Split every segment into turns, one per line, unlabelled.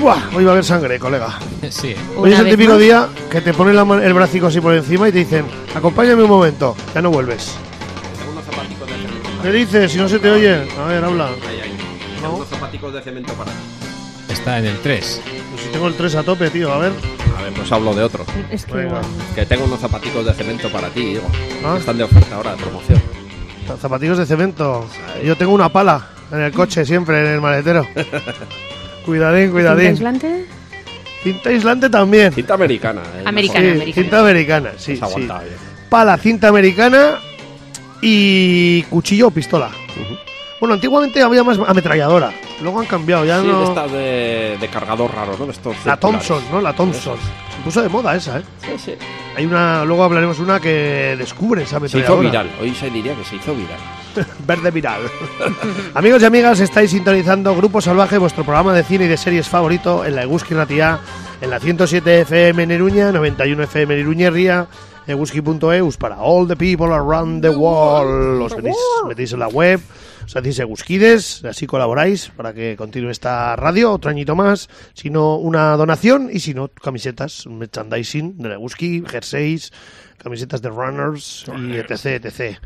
¡Buah! Hoy va a haber sangre, colega.
Sí.
Hoy
Una
es el
vez
típico
más.
día que te ponen la man- el bracico así por encima y te dicen, acompáñame un momento, ya no vuelves.
Unos zapaticos de cemento.
¿Qué dices? Si no se te oye. A ver, habla.
Ahí, ahí.
¿No?
Unos zapaticos de cemento para ti.
Está en el 3.
Pues si tengo el 3 a tope, tío, a ver.
A ver, pues hablo de otro.
Es que
Venga.
igual.
Que tengo unos zapaticos de cemento para ti, digo.
Ah.
Están de oferta ahora, de promoción.
Zapatillos de cemento. Yo tengo una pala en el coche siempre, en el maletero. cuidadín,
¿Cinta
cuidadín.
aislante?
Cinta aislante también.
Cinta americana. eh,
Americana.
Sí,
americana.
Cinta americana, sí,
mejor. Es
sí.
aguantable.
Pala, cinta americana y cuchillo o pistola. Bueno, antiguamente había más ametralladora. Luego han cambiado, ya
Sí,
no.
de estas de, de cargador raro, ¿no? De estos
La
circulares.
Thompson, ¿no? La Thompson. Se puso de moda esa, ¿eh?
Sí, sí.
Hay una, luego hablaremos una que descubre esa
Se hizo
ametralladora.
viral. Hoy se diría que se hizo viral.
Verde viral. Amigos y amigas, estáis sintonizando Grupo Salvaje, vuestro programa de cine y de series favorito en la Eguski Ratia, en la 107 FM en Iruña, 91 FM en Iruña Ría, eguski.eus para all the people around the world. Os venís- metéis en la web, os hacéis eguskides, así colaboráis para que continúe esta radio, otro añito más, si no una donación y si no camisetas, merchandising de la Eguski, jerseys, camisetas de runners y etc, etc.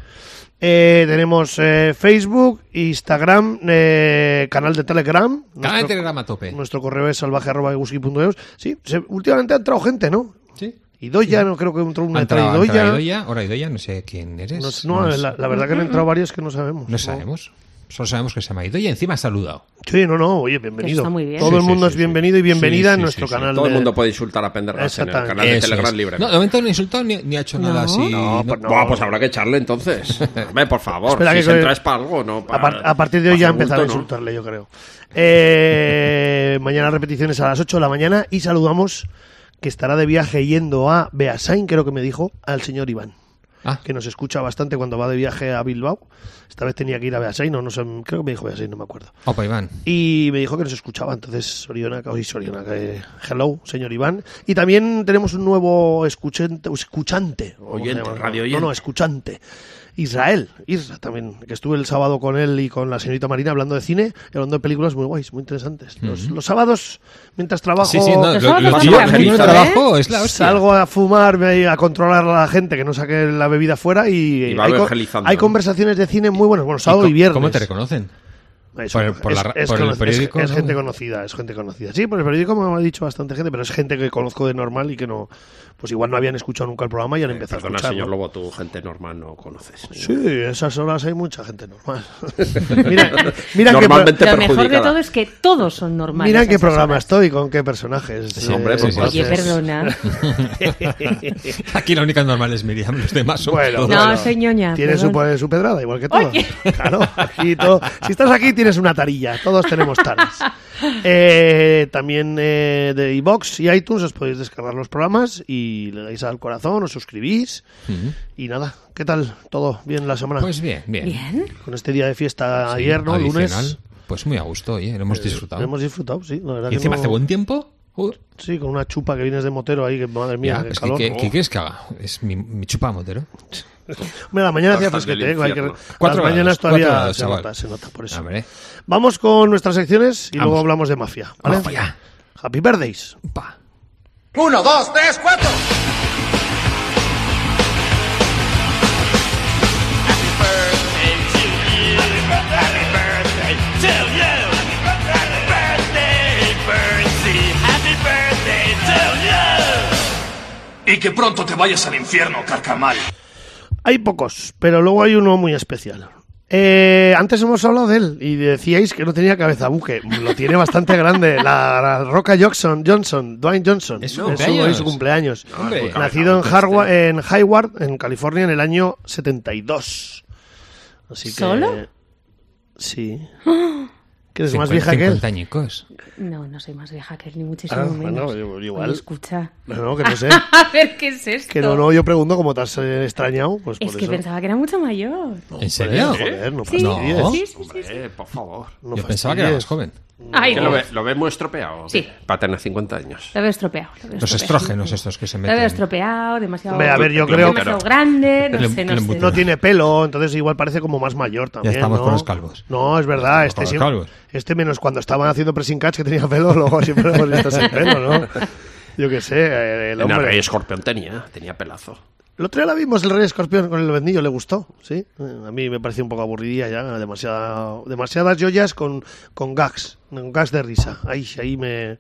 Eh, tenemos eh, Facebook, Instagram, eh, canal de Telegram.
Canal de
Nuestro-
Telegram a tope.
Nuestro correo es salvaje.eguski.eus. e Sí, se- últimamente ha entrado gente, ¿no?
Sí.
Y Doya, no creo que entró una
Antra,
entrada
Antra
Idoia.
Idoia. Ahora Idoia, no sé quién eres.
No, sé- no,
es-
la, la verdad que han entrado varios que no sabemos.
no sabemos. Solo sabemos que se llama Idoia. Encima ha saludado.
Sí, no, no, oye, bienvenido.
Está muy bien.
Todo
Sí,
el
sí,
mundo
sí,
es
sí.
bienvenido y bienvenida
Sí,
en
sí,
nuestro
sí, sí.
canal.
Todo el
de-
mundo puede insultar a Pendergast en el
Exactamente.
canal de
Eso
Telegram
es.
libre.
No, de momento no ha insultado ni, ni ha hecho nada así.
No, pues no.
Buah, pues habrá que echarle entonces. Hombre, por favor.
Espera
si
que-
se entra es para algo, ¿no?
A,
Para-
par- a partir de hoy
para
ya
hacer
empezaré a
bulto, ¿no?
insultarle, yo creo. Eh, mañana repeticiones a las 8 de la mañana y saludamos que estará de viaje yendo a Beasain, creo que me dijo, al señor Iván,
Ah,
que nos escucha bastante cuando va de viaje a Bilbao. Esta vez tenía que ir a Beasain, no, no sé, creo que me dijo Beasain, no me acuerdo.
opa, Iván.
Y me dijo que nos escuchaba, entonces Soriona, oye, Soriona, que- hello, señor Iván. Y también tenemos un nuevo escuchante, escuchante ¿cómo se
Oyente,
llama?
radio
No, no,
oyente.
escuchante. Israel, Isra también, que estuve el sábado con él y con la señorita Marina hablando de cine y hablando de películas muy guays, muy interesantes. Los, los sábados, mientras trabajo,
Sí, sí, no,
Los
lo-
sábados
lo-
vas
yo-
a
yo en el
evangelizar,
trabajo es la hostia.
¿eh? salgo a fumar, me- a controlar a la gente que no saque la bebida fuera y,
Y va
hay, co-
evangelizando,
hay
¿no?
conversaciones de cine muy buenas, bueno,
¿Y
sábado y,
co-
viernes.
¿Cómo te reconocen?
Es,
Por el- por la
es-
ra-
es
por el
cono- es-
periódico,
es
¿no?
gente conocida, es gente conocida. Sí, por el periódico me lo ha dicho bastante gente, pero es gente que conozco de normal y que no, pues igual no habían escuchado nunca el programa
Eh,
y han empezado
Perdona,
a escucharlo.
señor Lobo, tú gente normal no conoces.
Sí, a esas horas hay mucha gente normal. mira, mira qué, pro-
Normalmente
Lo mejor de
perjudicada.
todo es que todos son normales.
mira en
a
qué
esas
programa
horas.
estoy, con qué personajes. eh,
Sí, hombre, pues
Oye,
Entonces-
perdona.
Aquí la única normal es Miriam, los demás son
Bueno,
todos.
No,
bueno.
soy ñoña,
Tiene su,
perdón.
pe- su pedrada, igual que todos.
Oye.
Claro, aquí todo- si estás aquí tienes una tarilla, todos tenemos taras. Eh, también eh, de iBox y iTunes os podéis descargar los programas y le dais al corazón, os suscribís y nada. ¿Qué tal? ¿Todo bien la semana?
Pues bien, bien.
Bien.
Con este día de fiesta ayer, ¿no?
Adicional,
Lunes. Eh,
Pues muy a gusto, oye, lo hemos disfrutado.
Hemos disfrutado, sí. La verdad
Y
que
encima
no-
hace buen tiempo. Uh,
Sí, con una chupa que vienes de motero ahí, que madre mía,
ya,
qué
es que,
calor. Oh. Pues
¿qué, qué quieres que haga? Es mi, mi chupa motero.
Hombre, la mañana hacía
Hasta el
fresquete, ¿eh? Hay que-
infierno.
Las
Cuatro grados,
mañanas
cuatro
todavía
grados,
se
chaval.
nota, se nota, por eso.
Ah, Hombre.
Vamos con nuestras secciones y
Vamos.
luego hablamos de mafia. ¿vale?
Vamos allá.
Happy Birthdays.
Pa.
Uno, dos, tres, cuatro.
Y que pronto te vayas al infierno, carcamal.
Hay pocos, pero luego hay uno muy especial. Eh, antes hemos hablado de él y decíais que no tenía cabeza buque. Lo tiene bastante grande. La, la Roca Johnson, Johnson, Dwayne Johnson.
Es su
Es
cumpleaños.
es su cumpleaños.
Hombre.
Nacido en, Harwa- en Hayward, en California, en el año 72. Así que,
¿Solo?
Sí. Que eres
Cincuenta-
más vieja que él.
50 añicos.
No, no soy más vieja que él, ni muchísimo
Ah,
menos.
bueno, yo- igual.
Oye, escucha.
No, no, que no sé.
A ver, ¿qué es esto?
Que no, no, yo pregunto cómo te has eh, extrañado. Pues por
es que
eso.
pensaba que era mucho mayor.
¿En serio?
Joder, no
Sí,
fastidies.
¿Eh? No.
sí, sí, sí, sí.
Hombre, por favor.
No
Yo pensaba que era
fastidies.
más joven.
Ahí
Que lo,
lo
ve,
ves.
lo vemos estropeado.
Sí.
Para tener 50 años.
Lo veo estropeado. lo veo
Los
estropeado.
estrógenos estos que se
Lo veo
meten.
estropeado, demasiado,
Hombre, a ver, yo creo-
demasiado grande, no
Le-
sé, no
le
sé.
embuten.
No tiene pelo, entonces igual parece como más mayor también.
estamos
¿no?
con los calvos.
No, es verdad.
Ya
Este,
estamos
sí-
con los calvos.
este menos cuando estaban haciendo pressing catch que tenía pelo, luego siempre hemos visto sin pelo, ¿no? Yo qué sé, eh, el
En el
hombre.
Rey Escorpión tenía, tenía pelazo.
El otro día la vimos, el Rey Escorpión con el vendillo, le gustó, ¿sí? Eh, A mí me pareció un poco aburridilla ya, demasiada, demasiadas joyas con, con gags, con gags de risa. Ahí, ahí me...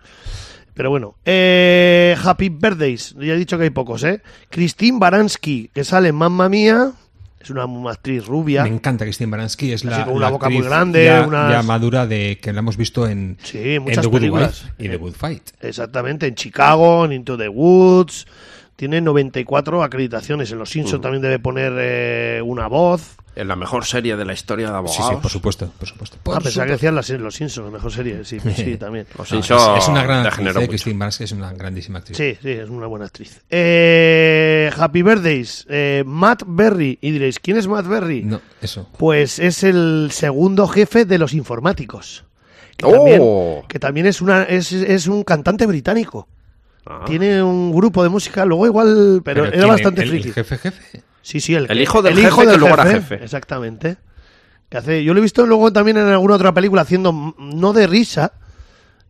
Pero bueno, eh, Happy Birthdays, ya he dicho que hay pocos, ¿eh? Christine Baranski, que sale en Mamma Mía, es una actriz rubia.
Me encanta Christine Baranski, es
Así
la,
con una
la
boca muy
actriz
grande,
ya,
unas-
ya madura de que la hemos visto en,
Sí,
en
muchas
The Good
películas.
Wife y The Good Fight.
Exactamente, en Chicago, en Into the Woods. Tiene 94 acreditaciones. En Los Simpsons también debe poner eh, una voz.
En la mejor serie de la historia de abogados.
Sí, sí, por
pues,
supuesto, por supuesto. Por
ah, pensaba que
supuesto.
decían las- Los Simpsons, la mejor serie. Sí, sí, también.
Los
No,
Simpson
es, es una gran actriz,
degeneró
eh,
mucho.
Christine Baranski es una grandísima actriz.
Sí, sí, es una buena actriz. Eh, Happy Birthdays, eh, Matt Berry. Y diréis, ¿quién es Matt Berry?
No, eso.
Pues es el segundo jefe de los informáticos. Que,
¡Oh!
también, que también es, una, es, es un cantante británico.
Ah.
Tiene un grupo de música, luego igual, pero,
¿quién
era bastante
el,
friki.
El jefe, jefe.
Sí, sí, el,
El hijo del jefe que luego era jefe.
Exactamente. Que hace, yo lo he visto luego también en alguna otra película haciendo m- no de risa.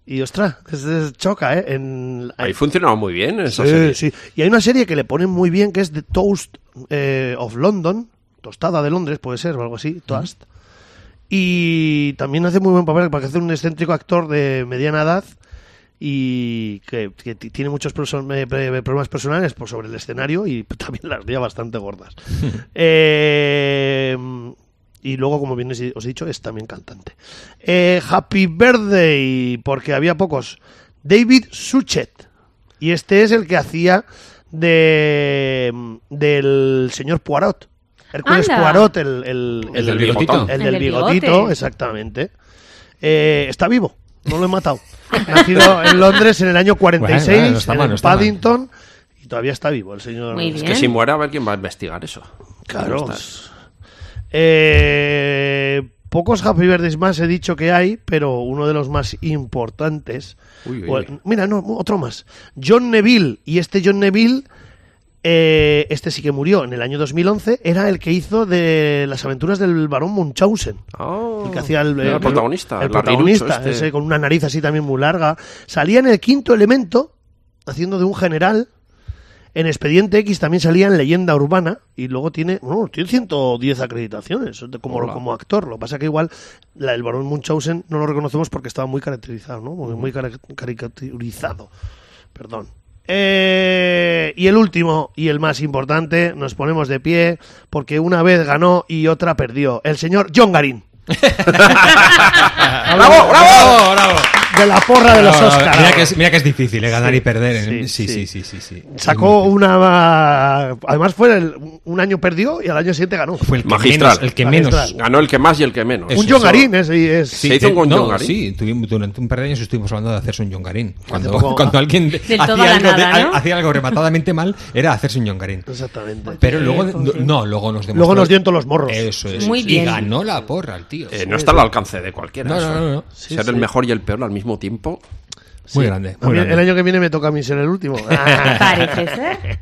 Y ostras, es- es- choca, ¿eh? En,
Ahí funcionaba muy bien esa
Sí,
serie.
sí. Y hay una serie que le ponen muy bien que es The Toast eh, of London. Tostada de Londres, puede ser, o algo así. Toast. Y también hace muy buen papel, porque hace un excéntrico actor de mediana edad y que, que t- tiene muchos perso- eh, pre- problemas personales por sobre el escenario y también las días bastante gordas. Eh, y luego, como bien os he os he dicho, es también cantante. Eh, Happy Birthday, porque había pocos. David Suchet. Y este es el que hacía de del señor Poirot. Hércules
Anda.
Poirot, el, el,
El del bigotito.
el
El
del
del
bigotito,
bigote.
exactamente. Eh, está vivo, no lo he matado. Nacido en Londres en el año 46,
Bueno, bueno, no está
en
mal,
el
no está mal.
Paddington, y todavía está vivo el señor.
Muy
Es
bien.
que si muere, a ver quién va a investigar eso.
Claro.
¿Dónde está?
Eh, pocos Happy Birthdays más he dicho que hay, pero uno de los más importantes.
Uy, uy,
o-
uy.
Mira, no, otro más. John Neville. Y este John Neville, eh, este sí que murió en el año 2011, era el que hizo de las aventuras del barón Munchausen.
Oh,
El que hacía el,
era el protagonista.
El
larguirucho
protagonista,
este.
ese con una nariz así también muy larga. Salía en el quinto elemento, haciendo de un general. En Expediente X también salía en Leyenda Urbana. Y luego tiene, bueno, tiene 110 acreditaciones de- como,
Hola.
como actor. Lo que pasa que igual la, el barón Munchausen no lo reconocemos porque estaba muy caracterizado, ¿no? Muy, muy cara- caricaturizado. Perdón. Eh, y el último y el más importante, nos ponemos de pie porque una vez ganó y otra perdió. El señor John Garín.
¡Bravo, bravo!
¡Bravo, bravo!
de la porra de los
Bravo, bravo.
Oscars.
Mira que, es, mira que es difícil eh, ganar
Sí,
y perder. eh.
sí, sí.
Sí, sí, sí, sí. sí.
Sacó una. Además, fue el- un año perdió y al año siguiente ganó.
Fue el que
Magistral.
menos. El que menos.
Magistral.
Ganó el que más y el que menos. eh,
un
eso,
John Garín, es. es-
Sí, ¿Se hizo un
no,
Yongarín?
Sí, tuvimos, durante un par de años estuvimos hablando de hacerse un Yongarín. Cuando,
poco- ah.
cuando alguien hacía
todo a la
algo, de-
nada, ¿no?
hacía algo rematadamente mal, era hacerse un Yongarín.
Exactamente.
Pero luego,
Eh, pues,
no, luego nos demostró.
Luego nos dio en todos los morros.
Eso es.
Muy
Y
bien.
ganó la porra el tío.
Eh, no está al alcance de cualquiera.
No,
eso,
no, no,
¿eh?
no.
Sí,
Ser
sí.
el mejor y el peor al mismo tiempo.
Muy
Sí.
grande.
A
Muy
mí
grande.
El año que viene me toca a mí ser el último.
Parece ser.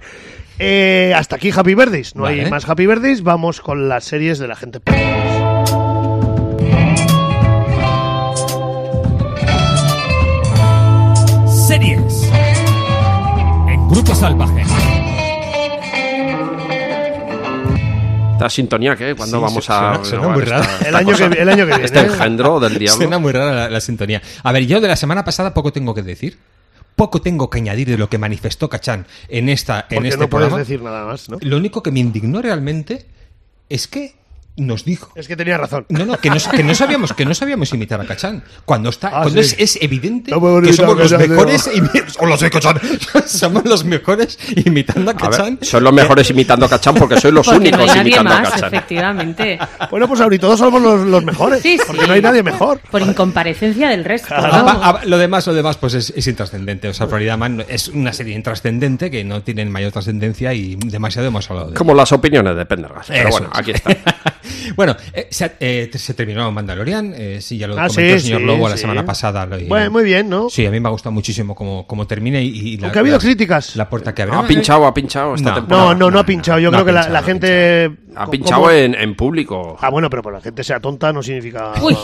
Eh, hasta aquí Happy Verdes. No hay
Vale.
más Happy Verdes. Vamos con las series de la gente.
Series en Grupo Salvaje.
Esta sintonía que cuando
Sí,
vamos
su-
a.
suena- suena muy
renovar
raro.
esta-
El año, que, el año que viene.
Este engendro del diablo.
Suena muy rara la, la sintonía. A ver, yo de la semana pasada poco tengo que decir. Poco tengo que añadir de lo que manifestó Cachán en, esta, en
Porque
este
no puedes
programa.
decir nada más, ¿no?
Lo único que me indignó realmente es que nos dijo.
Es que tenía razón.
No, no, que no, que no sabíamos, que no sabíamos imitar a Cachán. Cuando está,
Ah,
cuando
sí.
es, es evidente
No podemos
que
imitar
somos
a
los
Cachán,
mejores imi- o los de Cachán. somos los mejores imitando a
A
Cachán.
Ah.
Eh,
ver, sois los mejores imitando a Cachán porque sois los
Porque no
únicos
hay nadie
imitando
más,
a Cachán.
efectivamente.
Bueno, pues ahorita todos somos los, los mejores.
Sí, sí.
porque no hay nadie mejor.
Por incomparecencia del resto.
Ah,
vamos.
va- ah, va- lo demás, lo demás, pues es, es intrascendente. O sea, Florida Man no- es una serie intrascendente que no tiene mayor trascendencia y demasiado hemos hablado de
Como las opiniones de Pendergast. Pero
Eso
bueno,
es.
aquí está.
Bueno, eh, se, eh, se terminó Mandalorian, eh, sí, ya lo
Ah,
comentó
sí,
el señor
sí,
Lobo la
sí.
semana pasada. lo- y-
Bueno, muy bien, ¿no?
Sí, a mí me ha gustado muchísimo cómo, cómo termina y, y la,
Aunque ha habido
la-
críticas.
La puerta que abre.
Ha pinchado, ha pinchado esta
No.
temporada.
No, no, no
no,
ha pinchado. Yo
no
creo
ha
que la,
pinchado,
la
no ha
gente.
Ha
co-
pinchado
como-
en, en público.
Ah, bueno, pero para la gente sea tonta no significa.
Uy.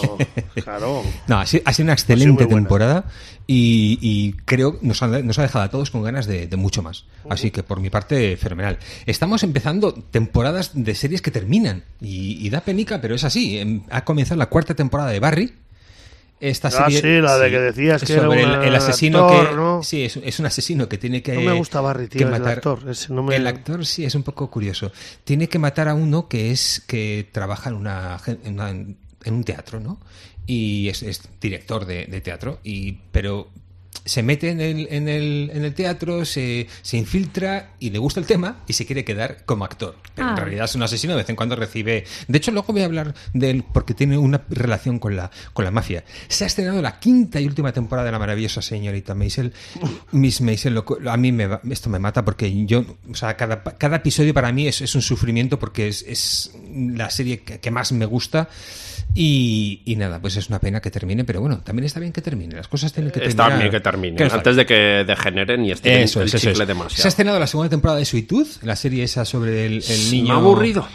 Claro.
No, ha si- ha sido una
sido muy
excelente
buena.
temporada y, y creo que nos ha, nos ha dejado a todos con ganas de, de mucho más. Así que por mi parte, fenomenal. Estamos empezando temporadas de series que terminan y, y da penica, pero es así. Em, Ha comenzado la cuarta temporada de Barry. Esta
Ah,
serie,
sí, la de que decías que era
sobre
un
el, el asesino
actor,
que
¿no?
sí es, es un asesino que tiene que
No me gusta Barry, tío,
que
el
matar-
actor, ese no me-
el actor sí es un poco curioso tiene que matar a uno que es que trabaja en una gen- en, una- en un teatro no y es, es director de, de teatro y pero se mete en el, en el, en el teatro, se, se infiltra y le gusta el tema y se quiere quedar como actor. Pero en
Ah.
realidad es un asesino, de vez en cuando recibe... De hecho, luego voy a hablar de él porque tiene una relación con la, con la mafia. Se ha estrenado la quinta y última temporada de la maravillosa señorita Maisel. Miss Maisel, lo cu- a mí me va- esto me mata porque yo... O sea, cada, pa- cada episodio para mí es, es un sufrimiento porque es, es la serie que, que más me gusta. Y, y nada, pues es una pena que termine, pero bueno, también está bien que termine. Las cosas tienen que
Está
terminar.
bien que termine.
Claro,
antes de que degeneren y estén
eso
el
es, eso
chicle
es. Se ha
demasiado.
estrenado la segunda temporada de Sweet Tooth, la serie esa sobre el, el niño.
Me ha aburrido.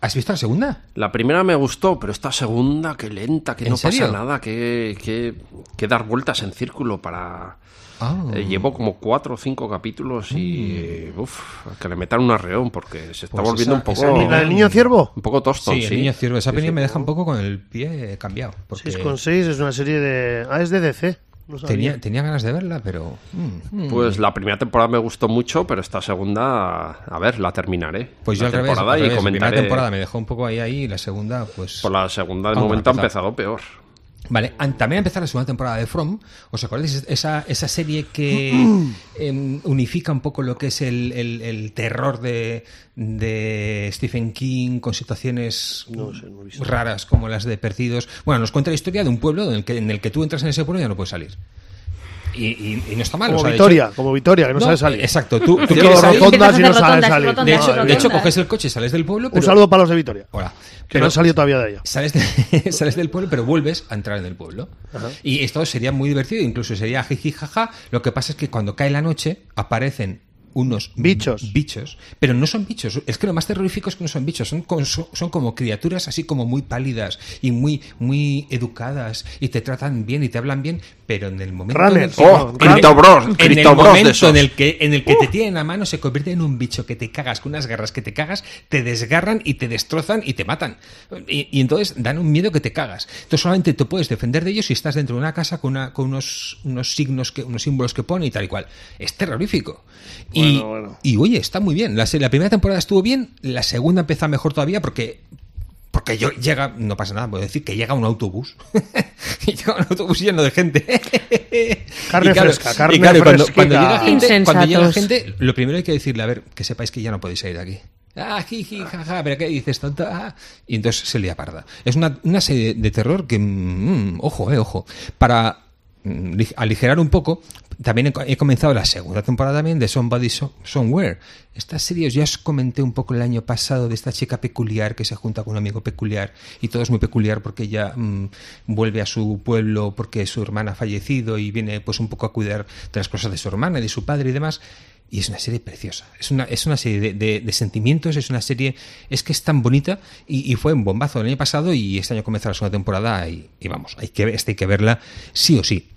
¿Has visto la segunda?
La primera me gustó, pero esta segunda, que lenta, que
¿En
no
serio?
pasa nada, que, que, que dar vueltas en círculo para...
Ah. Mm.
Eh, llevo como cuatro o cinco capítulos y... Uf, que le metan un arreón porque se está
Pues esa-
volviendo un poco...
esa
¿Y la del niño ciervo?
Un poco tosto,
sí,
sí.
el niño ciervo. Esa
Sí,
peli
sí.
me deja un poco con el pie cambiado. Porque
6,6 es una serie de. Ah, es de DC. No sabía.
tenía, tenía ganas de verla, pero. mm, mm.
Pues la primera temporada me gustó mucho, pero esta segunda, a ver, la terminaré.
Pues yo
La
al revés.
temporada
al
y
revés. La primera
comentaré-
temporada me dejó un poco ahí, ahí. Y la segunda, pues.
Por la segunda, de
Vamos,
momento ha
empezar.
empezado peor.
Vale, an- también empezar la segunda temporada de From. ¿Os acordáis? Esa, esa serie que em, unifica un poco lo que es el, el- el terror de, de Stephen King con situaciones raras como las de Perdidos. Bueno, nos cuenta la historia de un pueblo en el que, en el que tú entras en ese pueblo y ya no puedes salir. Y, y- y no está mal.
Como
o sea, de
Victoria,
hecho-
como Victoria, que no, sabe salir.
Exacto, tú, tú
Todo
quieres salir.
rotonda.
rotondas y no
Empiezas a
sabe
hacer rotondas,
salir.
rotondas,
De hecho, de
Madre
hecho,
mía.
coges el coche, sales del pueblo.
un
pero-
saludo para los de Victoria.
Hola.
Que no han salido todavía de ella.
Sales, de- sales del pueblo, pero vuelves a entrar en el pueblo. Y esto sería muy divertido, incluso sería jiji jaja. Lo que pasa es que cuando cae la noche aparecen unos
Bichos.
bichos, pero no son bichos. Es que lo más terrorífico es que no son bichos, son, con- son como criaturas así como muy pálidas y muy, muy educadas y te tratan bien y te hablan bien, pero en el momento en el
Runner.
que-
¡Oh!
claro.
Crypto Bros.
en el
Crypto Bros de
momento
esos. Uh.
en el que, en el que te tienen a mano se convierte en un bicho que te cagas con unas garras que te cagas, te desgarran y te destrozan y te matan. Y, y entonces dan un miedo que te cagas. Tú solamente te puedes defender de ellos si estás dentro de una casa con, una- con unos, unos signos, que, unos símbolos que pone y tal y cual. Es terrorífico. y, y oye, está muy bien. La, se- la primera temporada estuvo bien, la segunda empieza mejor todavía porque porque yo llega, no pasa nada, puedo decir que llega un autobús. y llega un autobús lleno de gente.
Carne
Y
fresca, carne
y claro, cuando, cuando
fresquita.
llega gente,
Insensatos.
cuando llega gente, lo primero hay que decirle, a ver, que sepáis que ya no podéis salir de aquí. Ah, jiji, jaja, pero ¿qué dices, tonto? Ah. Y entonces se lía parda. Es una, una serie de terror que, mm, ojo, eh, ojo. Para mm, lig- aligerar un poco, también he, co- he comenzado la segunda temporada también de Somebody So- Somewhere. Esta serie os ya os comenté un poco el año pasado de esta chica peculiar que se junta con un amigo peculiar y todo es muy peculiar porque ella mm, vuelve a su pueblo porque su hermana ha fallecido y viene pues un poco a cuidar de las cosas de su hermana y de su padre y demás. Y es una serie preciosa. Es una, es una serie de, de- de sentimientos, es una serie. Es que es tan bonita y, y fue un bombazo el año pasado y este año comenzó la segunda temporada y, y vamos, hay que, ver- esta hay que verla sí o sí.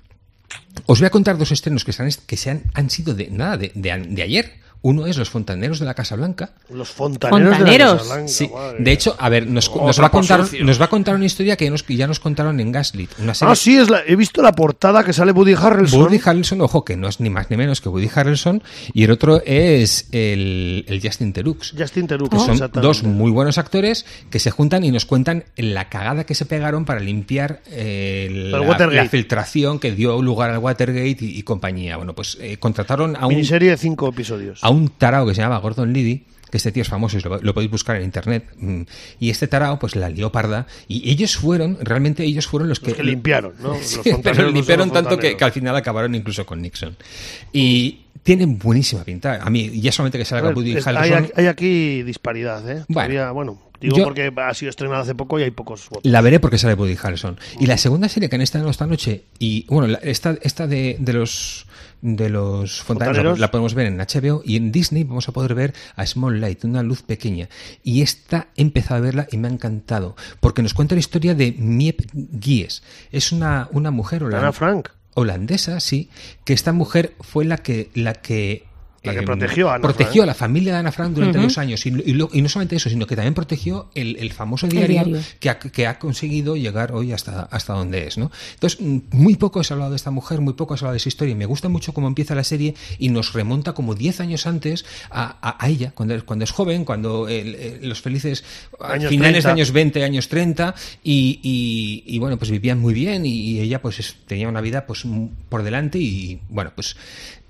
Os voy a contar dos estrenos que, se han, que se han, han sido de nada, de, de an- de ayer. Uno es Los Fontaneros de la Casa Blanca.
Los fontaneros.
Fontaneros.
De la Casa Blanca,
Sí,
madre
de hecho, a ver, nos, nos va a contar, nos va a contar una historia que ya nos, que ya nos contaron en Gaslit. Una serie
Ah, sí, es la- he visto la portada que sale Woody Harrelson.
Woody Harrelson, ojo, que no es ni más ni menos que Woody Harrelson, y el otro es el, el Justin Terux.
Justin Theroux,
que son
exactamente.
dos muy buenos actores que se juntan y nos cuentan la cagada que se pegaron para limpiar eh, la,
Watergate.
la filtración que dio lugar al Watergate y, y compañía. Bueno, pues eh, contrataron a un,
Miniserie de cinco episodios.
a un tarao que se llamaba Gordon Liddy, que este tío es famoso y lo, lo podéis buscar en internet. mm, Y este tarao, pues la lió parda. Y ellos fueron, realmente ellos fueron los que.
que limpiaron, ¿no? Los
Sí,
fontaneros no
pero
son
limpiaron
los
tanto que,
fontaneros.
que al final acabaron incluso con Nixon. Y tienen buenísima pinta. A mí, ya solamente que
A
salga
ver,
Woody
es- hay,
Harrelson.
hay aquí disparidad, ¿eh?
Bueno.
Todavía, bueno, Digo
Yo-
porque ha sido estrenado hace poco y hay pocos votos.
La veré porque sale Woody Harrelson. Y la segunda serie que han estado esta noche, y bueno, la- esta, esta de, de los de los fontaneros,
Fontaneros.
la podemos ver en HBO y en Disney vamos a poder ver a Small Light, una luz pequeña. Y esta he empezado a verla y me ha encantado, porque nos cuenta la historia de Miep Gies. Es una, una mujer holan-
Ana Frank.
holandesa, sí, que esta mujer fue la que la que em,
La que protegió a Ana
protegió
Frank.
a la familia de Ana Frank durante
Ujú.
los años. Y, y lo- y no solamente eso, sino que también protegió el, el famoso diario,
diario.
que ha, que ha conseguido llegar hoy hasta, hasta donde es. ¿no? Entonces, mm, muy poco has hablado de esta mujer, muy poco has hablado de su historia. y Me gusta mucho cómo empieza la serie y nos remonta como 10 años antes a, a- a ella, cuando, es- cuando es joven, cuando el- el- los felices a
Años
finales
30.
de años 20, años 30, y, y- y, bueno, pues vivían muy bien y, y ella pues es- tenía una vida pues m- por delante y bueno, pues...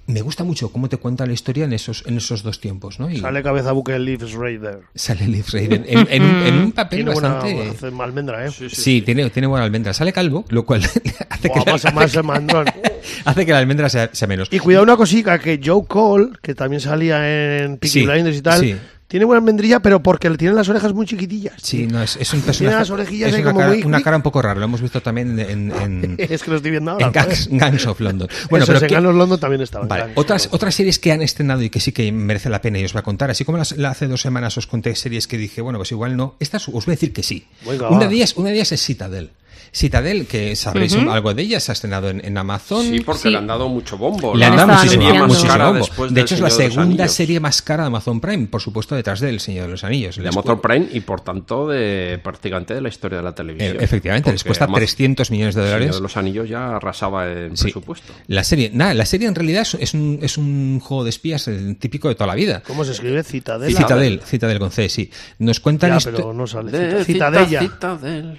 Me gusta mucho cómo te cuenta la historia en esos, en esos dos tiempos, ¿no? Y-
Sale cabeza buque Leaves Raider.
Sale Liv Schreiber en, en un, en un papel
Tiene buena
bastante.
hace almendra, ¿eh?
sí, tiene, tiene buena almendra. Sale calvo, lo cual hace, que
Buah,
la,
más, más
hace,
mandón.
que- hace que la almendra sea, sea menos.
Y cuidado una cosita, que Joe Cole, que también salía en Peaky
Sí,
Blinders y tal,
sí.
tiene buena almendrilla, pero porque le tienen las orejas muy chiquitillas.
Sí, no, es, es un personaje.
las orejillas
es
ahí
una,
como
cara,
muy-
una cara un poco rara. Lo hemos visto también en, en, en,
Es que lo estoy viendo ahora.
en Gangs, Gangs of London.
Bueno, pero
pero ¿qué-
London también estaba. en
Vale,
Gangs of
Otras,
London.
otras series que han estrenado y que sí que merece la pena y os voy a contar, así como las- la hace dos semanas os conté series que dije, bueno, pues igual no, estas os voy a decir que sí.
Venga,
una,
va.
de ellas, una de ellas es Citadel. Citadel, que sabréis algo de ella, se ha estrenado en, en Amazon.
Sí, porque
Sí.
le han dado mucho bombo.
Le han dado
Estaban
muchísimo,
anunciando.
muchísimo
Más cara
bombo.
después
De
del
hecho, es la
Señor de los
segunda
Anillos.
serie más cara de Amazon Prime, por supuesto, detrás del Señor de los Anillos.
De
Les
Amazon
cu-
Prime y por tanto de prácticamente de la historia de la
Eh,
televisión.
Efectivamente, les
Porque
cuesta
Amazon-
300 millones de
Señor
dólares.
de los Anillos ya arrasaba en
Sí.
presupuesto.
La serie, nada, la serie en realidad es- es un, es un juego de espías eh, típico de toda la vida.
¿Cómo se escribe? Citadela.
Citadel, Citadel con C, sí. Nos cuentan
Ya,
histo-
pero no sale.
De-
Cita- Ah. Citadella.
Citadel.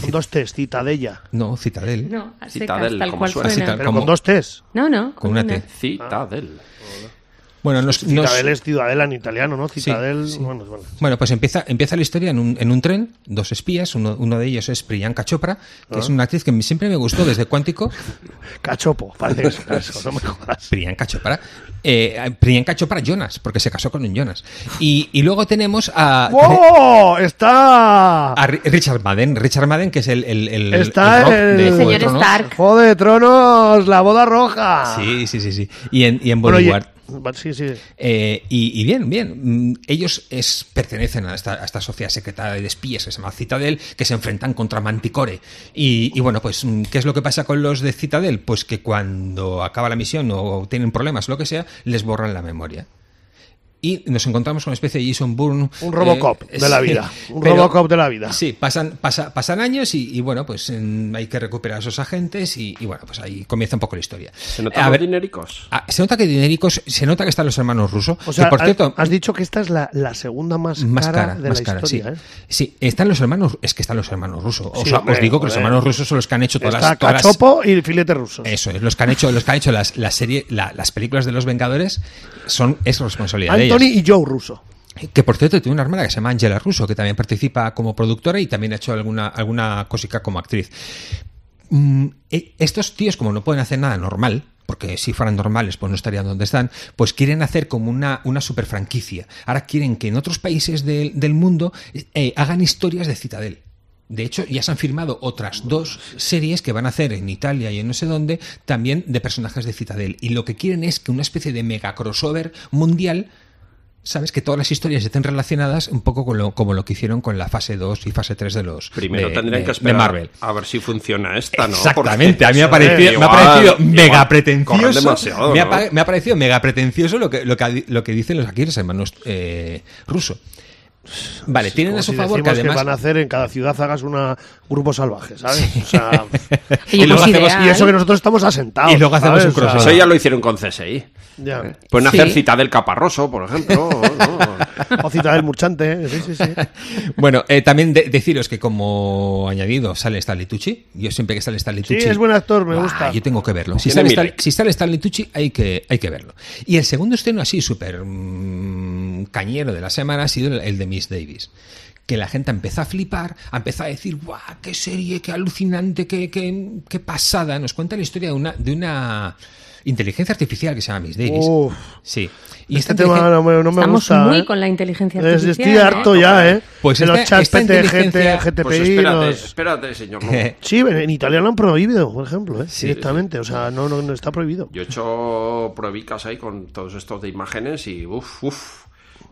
Con dos T's, Citadella.
No, Citadel.
No, a secas,
Citadel,
tal
como
cual
suena.
suena.
Citadel.
Pero
Como-
con dos T's.
No, no.
Con una T.
Citadel.
Bueno, nos, nos-
Citadel es Ciudadela en italiano, ¿no? Citadel. Bueno, bueno.
bueno, pues empieza, empieza la historia en un, en un tren, dos espías, uno, uno de ellos es Priyanka Chopra, que
Ah.
es una actriz que me- siempre me gustó desde Cuántico.
Cachopo, parece eso, no me jodas.
Priyanka Chopra. Eh, Priyanka Chopra Jonas, porque se casó con un Jonas. Y, y luego tenemos a,
¡Wow! Está.
a Ri- Richard Madden, Richard Madden, que es el, el, el-
Está
Rock
el-
de
El
Juego de
señor
Tronos.
Stark.
Juego de Tronos, la boda roja.
Ah. Sí, sí, sí, sí. Y en, y en
Bueno,
Bodyguard.
oye, va- sí, sí.
Eh, y, y bien, bien. Mm, Ellos es, pertenecen a esta, a esta sociedad secreta de espías que se llama Citadel, que se enfrentan contra Manticore. Y, y bueno, pues, mm, ¿qué es lo que pasa con los de Citadel? Pues que cuando acaba la misión o tienen problemas, lo que sea, les borran la memoria. Y nos encontramos con una especie de Jason Bourne. eh,
Un Robocop de la vida. Un Robocop de la vida.
Sí, pasan, pasa- pasan años y, y bueno, pues mm, hay que recuperar a esos agentes y, y bueno, pues ahí comienza un poco la historia.
Se
A
notan los
ver,
dinericos.
Ah, se nota que dinericos, se nota que están los hermanos rusos.
O sea,
que por
has-
cierto,
has dicho que esta es la, la segunda más,
más
cara,
cara,
de
más
la
cara,
historia.
sí.
¿eh?
Sí, están los hermanos, es que están los hermanos rusos. O
Sí,
sea,
hombre,
os digo que los
joder.
hermanos rusos son los que han hecho todas,
Está
las, todas las-
Cachopo y Filete Ruso.
eso es, los que han hecho, los que han hecho las, la serie, la- las películas de los Vengadores son es responsabilidad de
Anthony
ellas.
y Joe Ruso.
Que por cierto tiene una hermana que se llama Angela Russo, que también participa como productora y también ha hecho alguna, alguna cosica como actriz. Mm, e- estos tíos, como no pueden hacer nada normal, porque si fueran normales, pues no estarían donde están, pues quieren hacer como una, una super franquicia. Ahora quieren que en otros países del- del mundo eh, hagan historias de Citadel. De hecho, ya se han firmado otras dos series que van a hacer en Italia y en no sé dónde, también de personajes de Citadel. Y lo que quieren es que una especie de mega crossover mundial sabes que todas las historias estén relacionadas un poco con lo, como lo que hicieron con la fase 2 y fase 3 de los
Primero
de- de-
tendrían que
de
esperar
Marvel.
a ver si funciona esta, ¿no?
Exactamente,
Porque-
a mí me ha
Joder,
parecido, me ha
igual-
parecido
igual
mega
corren
pretencioso.
demasiado,
me, ha,
¿no?
pa- me ha parecido mega pretencioso lo que, lo que, ha di- lo que dicen los aquí los hermanos eh, ruso. Vale, tienen
Como
a su
si
favor que
decimos
además.
van a hacer en cada ciudad hagas un grupo salvaje, ¿sabes? O sea,
Oye,
Y luego
pues
hacemos-
ideal.
y eso que nosotros estamos asentados.
Y luego hacemos
¿sabes?
un
O sea,
Eso
crossover.
ya lo hicieron con CSI.
ya.
Pueden
Sí.
hacer Citadel Caparroso, por ejemplo. ¿no?
O cita Oh, del Murchante, ¿eh? sí, sí, sí.
Bueno, eh, también de- deciros que como añadido sale Stanley Tucci. Yo siempre que sale Stanley
Sí,
Tucci.
es buen actor, me
Ah,
gusta.
Yo tengo que verlo. Si
Tiene
sale,
mil
Stan-
likes.
si sale Stanley Tucci, hay que, hay que verlo. Y el segundo estreno así, súper mm, cañero de la semana, ha sido el, el de Miss Davis. Que la gente empieza a flipar, empieza a decir, ¡guau! ¡Qué serie! ¡Qué alucinante! Qué, qué- qué pasada! Nos cuenta la historia de una, de una Inteligencia artificial que se llama Miss Davis.
Uf.
Sí. Y
Y
esta
este tema
inteligen-
no me, no me
Estamos
gusta.
muy
¿eh?
con la inteligencia
Es-
artificial.
Estoy
¿eh?
harto ya, ¿eh?
Pues
de los
esta-
chats
esta
PT,
inteligencia-
gente, GTPI.
Pues espérate,
los-
espérate, señor. no.
Sí, en en Italia lo han prohibido, por ejemplo, ¿eh?
Sí.
directamente. O sea, no, no, no está prohibido.
Yo he hecho pruebicas ahí con todos estos de imágenes y uff, uff,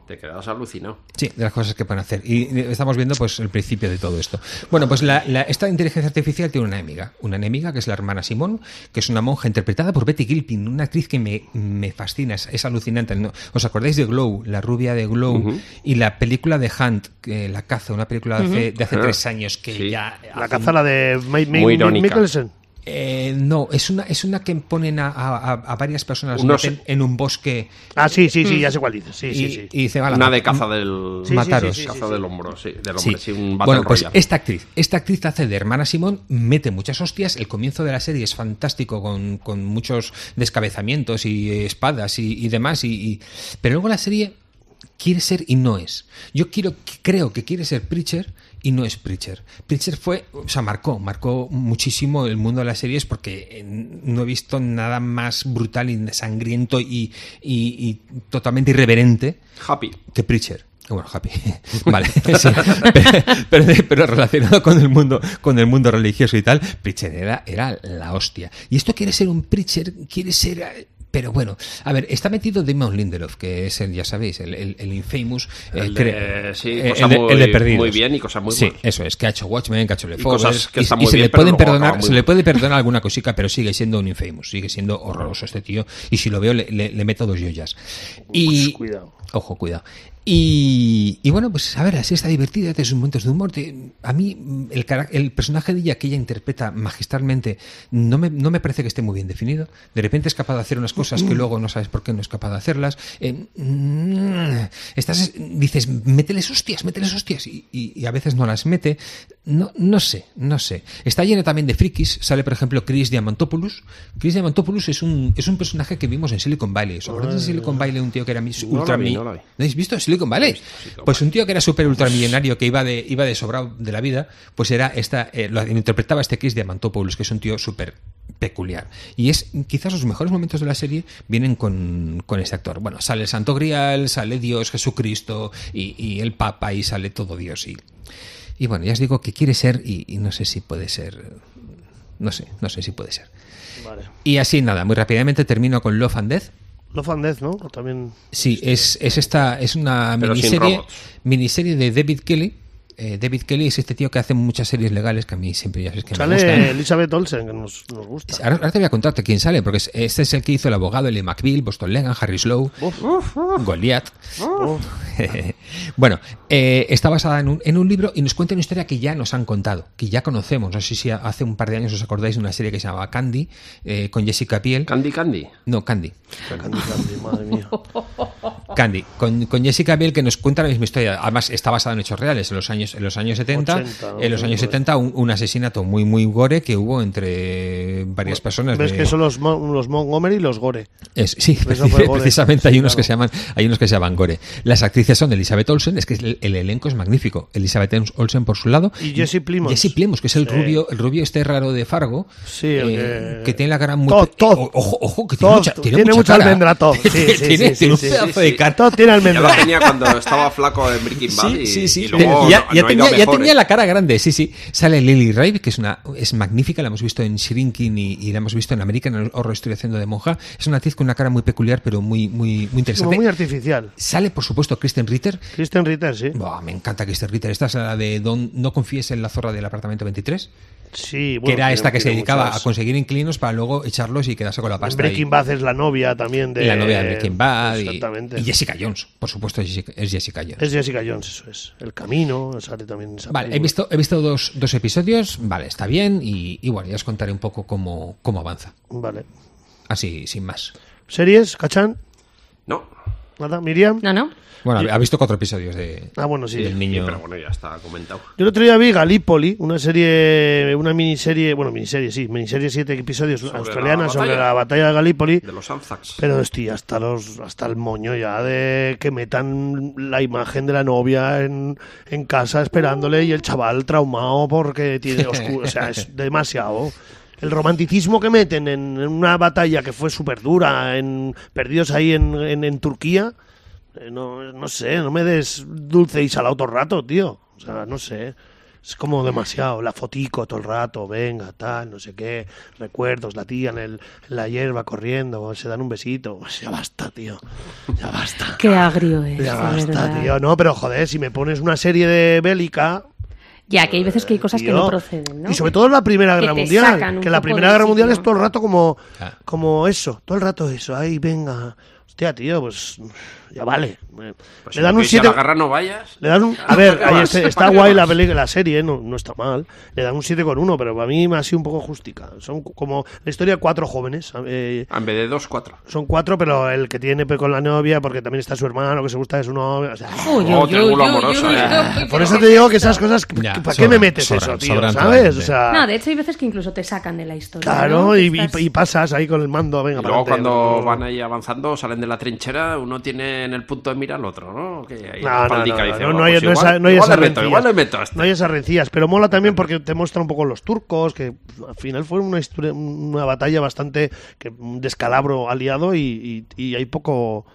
te quedas alucinado.
Sí, de las cosas que pueden hacer. Y eh, estamos viendo pues el principio de todo esto. Bueno, pues la, la- esta inteligencia artificial tiene una enemiga. Una enemiga que es la hermana Simón, que es una monja interpretada por Betty Gilpin, una actriz que me, me fascina, es, es alucinante. ¿no? ¿Os acordáis de Glow, la rubia de Glow? Y la película de Hunt, que La caza, una película de hace, de hace
Ah,
tres años que
sí.
ya...
La
hace
caza la de Ma- Ma-
Muy
Ma-
irónica.
Mikkelsen.
eh, no, es una, es una que ponen a, a- a varias personas
Unos-
meten en un bosque
Ah, sí, sí, sí, ya sé cuál dices. Sí, sí,
y,
sí.
y dicen, "Hala,
Una de caza del.
Sí, sí,
mataros".
sí, sí, sí,
Caza
sí.
del hombro, sí, del
Sí.
hombre, sí, un Battle
bueno, pues
Royale.
esta actriz, esta actriz hace de hermana Simón, mete muchas hostias, el comienzo de la serie es fantástico con, con muchos descabezamientos y eh, espadas y, y demás, y, y- pero luego la serie quiere ser y no es. Yo quiero, creo que quiere ser Preacher y no es Preacher. Preacher fue, o sea, marcó, marcó muchísimo el mundo de las series porque eh, no he visto nada más brutal y sangriento y, y- y totalmente irreverente
Happy.
que Preacher. Eh, Bueno, happy. Vale, sí. Pero, pero- pero relacionado con el mundo, con el mundo religioso y tal, Preacher era, era la hostia. Y esto quiere ser un Preacher, quiere ser. eh, Pero bueno, a ver, está metido Damon Lindelof, que es el, ya sabéis, el, el- el infamous. eh,
El de-
cre-
sí,
eh,
cosa
el de-
muy-
el de Perdidos.
muy bien y cosa muy
Sí,
mal.
eso es, que ha hecho Watchmen, que ha hecho Leftovers,
cosas que
y-
están
y
muy
se
bien,
le
pero
pueden
luego
perdonar,
acaban
se
muy
le
mal.
puede perdonar alguna cosica, pero sigue siendo un infamous, sigue siendo horroroso este tío. Y si lo veo, le, le- le meto dos joyas. Y,
cuidado.
Ojo, cuidado. Y, y bueno, pues a ver, así está divertida, tiene sus momentos de humor. te- a mí, mm, el, cara- el personaje de ella que ella interpreta magistralmente no me, no me parece que esté muy bien definido. De repente es capaz de hacer unas cosas que luego no sabes por qué no es capaz de hacerlas. Eh, mm, estás, dices, mételes hostias, mételes hostias. Y, y- y a veces no las mete. No, no sé, no sé. Está lleno también de frikis. Sale, por ejemplo, Chris Diamantopoulos. Chris Diamantopoulos es un, es un personaje que vimos en Silicon Valley. ¿Os acordáis de Silicon Valley? Un tío que era mis
No
ultra
la vi,
mi-
no la vi.
¿No habéis visto Silicon Valley? Pues un tío que era súper ultramillonario, que iba de, iba de sobrado de la vida, pues era esta, eh, lo interpretaba este Chris Diamantopoulos, que es un tío súper peculiar. Y es, quizás los mejores momentos de la serie vienen con, con este actor. Bueno, sale el Santo Grial, sale Dios, Jesucristo y, y el Papa y sale todo Dios. Y, y bueno, ya os digo que quiere ser y, y no sé si puede ser. No sé, no sé si puede ser. Y así nada, muy rápidamente termino con Love and Death.
Love and Death, ¿no? También.
Sí, es, es esta es una
Pues, Pero sin
miniserie,
robots.
miniserie de David Kelly. Eh, David Kelly es este tío que hace muchas series legales que a mí siempre ya sabes que me
Sale
gustan.
Elizabeth Olsen, que nos, nos gusta.
Ahora, ahora te voy a contarte quién sale, porque es- este es el que hizo el abogado L. McBeal, Boston Legan, Harry Slow, Goliath.
Oh,
bueno, eh, está basada en un, en un libro y nos cuenta una historia que ya nos han contado, que ya conocemos. No sé si hace un par de años os acordáis de una serie que se llamaba Candy, eh, con Jessica Piel.
Candy Candy.
no, Candy.
Candy, Candy, madre mía.
Candy, con, con Jessica Biel que nos cuenta la misma historia. Además, está basada en hechos reales. En los años, en los años 70,
80, ¿no?
en los años
Creo que
70, un, un asesinato muy, muy gore que hubo entre varias personas.
Pues, Ves
de-
que son los, Mo- los Montgomery y los Gore.
es- sí,
Eso fue gore.
precisamente hay
Sí,
unos que
claro.
se llaman, hay unos que se llaman gore. Las actrices son Elizabeth Olsen, es que el, el elenco es magnífico. Elizabeth Olsen por su lado.
Y Jesse Plemons.
Jesse Plemons, que es el
Sí.
rubio, el rubio este raro de Fargo.
Sí, el
eh,
que-
que tiene la cara muy.
Todd,
pe-
Todd.
o- ojo, ojo, Oh, que tiene
Todd,
mucha, tiene
tiene
mucha
mucha
cara.
almendra, Todd. Sí, sí, sí,
tiene,
sí,
tiene un
sí, sí,
pedazo
sí.
de cara.
Todo tiene
Ya lo
almendra.
tenía cuando estaba flaco en Breaking Bad. y-
Sí, sí, sí.
y luego
Te- ya ya
no- no ha ido
tenía, ya
mejor,
tenía
¿eh?
la cara grande, sí, sí. Sale Lily Rabe, que es una es magnífica, la hemos visto en Shrinking y, y la hemos visto en American Horror Story haciendo de monja. Es una actriz con una cara muy peculiar, pero muy, muy, muy
Como
interesante.
muy artificial.
Sale, por supuesto, Kristen Ritter.
Kristen Ritter, sí.
Buah, me encanta Kristen Ritter. Esta es la de Don, No confíes en la zorra del apartamento 23,
Sí,
que
bueno,
era
tiene-
esta que se
tiene
dedicaba
muchas-
a conseguir inquilinos para luego echarlos y quedarse con la pasta. y-
Breaking Bad es la novia también de.
y la novia de Breaking Bad. y-
Exactamente.
Y, Jessica Jones, por supuesto, es Jessica, es Jessica Jones.
Es Jessica Jones, eso es. El camino, sale también. en esa
Vale, he
película.
visto, he visto dos, dos episodios, vale, está bien, y, y bueno, ya os contaré un poco cómo, cómo avanza.
Vale.
Así, sin más.
¿Series? ¿Cachán?
No,
¿Nada? ¿Miriam?
No, no.
Bueno, ha visto cuatro episodios de
Ah, bueno, sí.
del niño.
pero bueno, ya está comentado.
Yo el otro día vi Gallipoli, una serie, una miniserie, bueno, miniserie, sí, miniserie siete episodios australiana
la
sobre
batalla.
la batalla de Gallipoli.
De los Anzacs.
Pero estoy hasta los hasta el moño ya de que metan la imagen de la novia en, en casa esperándole y el chaval traumado porque tiene oscuro, o sea, es demasiado. el romanticismo que meten en, en una batalla que fue súper dura, en, perdidos ahí en, en- en Turquía, eh, no, no sé, no me des dulce y salado todo el rato, tío. O sea, no sé. Es como demasiado, la fotico todo el rato, venga, tal, no sé qué, recuerdos, la tía en, el- en la hierba corriendo, se dan un besito, ya basta, tío, ya basta.
Qué agrio es.
Ya
de
basta,
verdad.
tío. No, pero joder, si me pones una serie de bélica.
Ya, que hay veces que hay cosas que
tío,
no proceden, ¿no?
Y sobre todo en la Primera
Que
Guerra
te sacan
Mundial.
un
Que la
poco
Primera
del
Guerra Mundial
sitio.
es todo el rato como,
Ah.
como eso. Todo el rato eso. Ahí, venga. Hostia, tío, pues ya vale. Me,
Pues
le
si
dan
no
un
quieres ir a
7.
la garra no vayas.
Le dan un- a ver, ahí este- está guay la, peli- la serie, no, no está mal. Le dan un 7 con 1, pero para mí me ha sido un poco justica. Son como la historia de cuatro jóvenes. eh,
Ah, En vez de dos, cuatro.
son cuatro, pero el que tiene con la novia, porque también está su hermano, que se gusta de su novia. o sea,
Uy, uy,
Oh,
uy,
triángulo
uy,
amoroso,
uy,
eh.
uy, uy,
Por
pero
eso
¿qué
te
es
digo que
esto?
esas cosas, que-
Ya,
que- ¿para qué
sobran,
me metes
sobran,
eso, tío?
sobran
¿Sabes? O
totalmente.
sea,
No, de hecho hay veces que incluso te sacan de la historia. ¿no?
claro,
Que
y,
Pues estás-
y- y pasas ahí con el mando, venga,
Y luego
pa'lante.
cuando van ahí avanzando, salen de la trinchera, uno tiene en el punto de mira al otro, ¿no? Que ahí
No,
la
no,
paldica
no,
dice,
no,
"Bueno,
no hay-
pues
no hay
igual-
esa- no hay
igual
esas
le meto, igual le meto a
rencillas.
este.
No hay esas rencillas, pero mola también porque te muestra un poco los turcos, que al final fue una, historia- una batalla bastante que, un descalabro aliado y, y- y hay poco...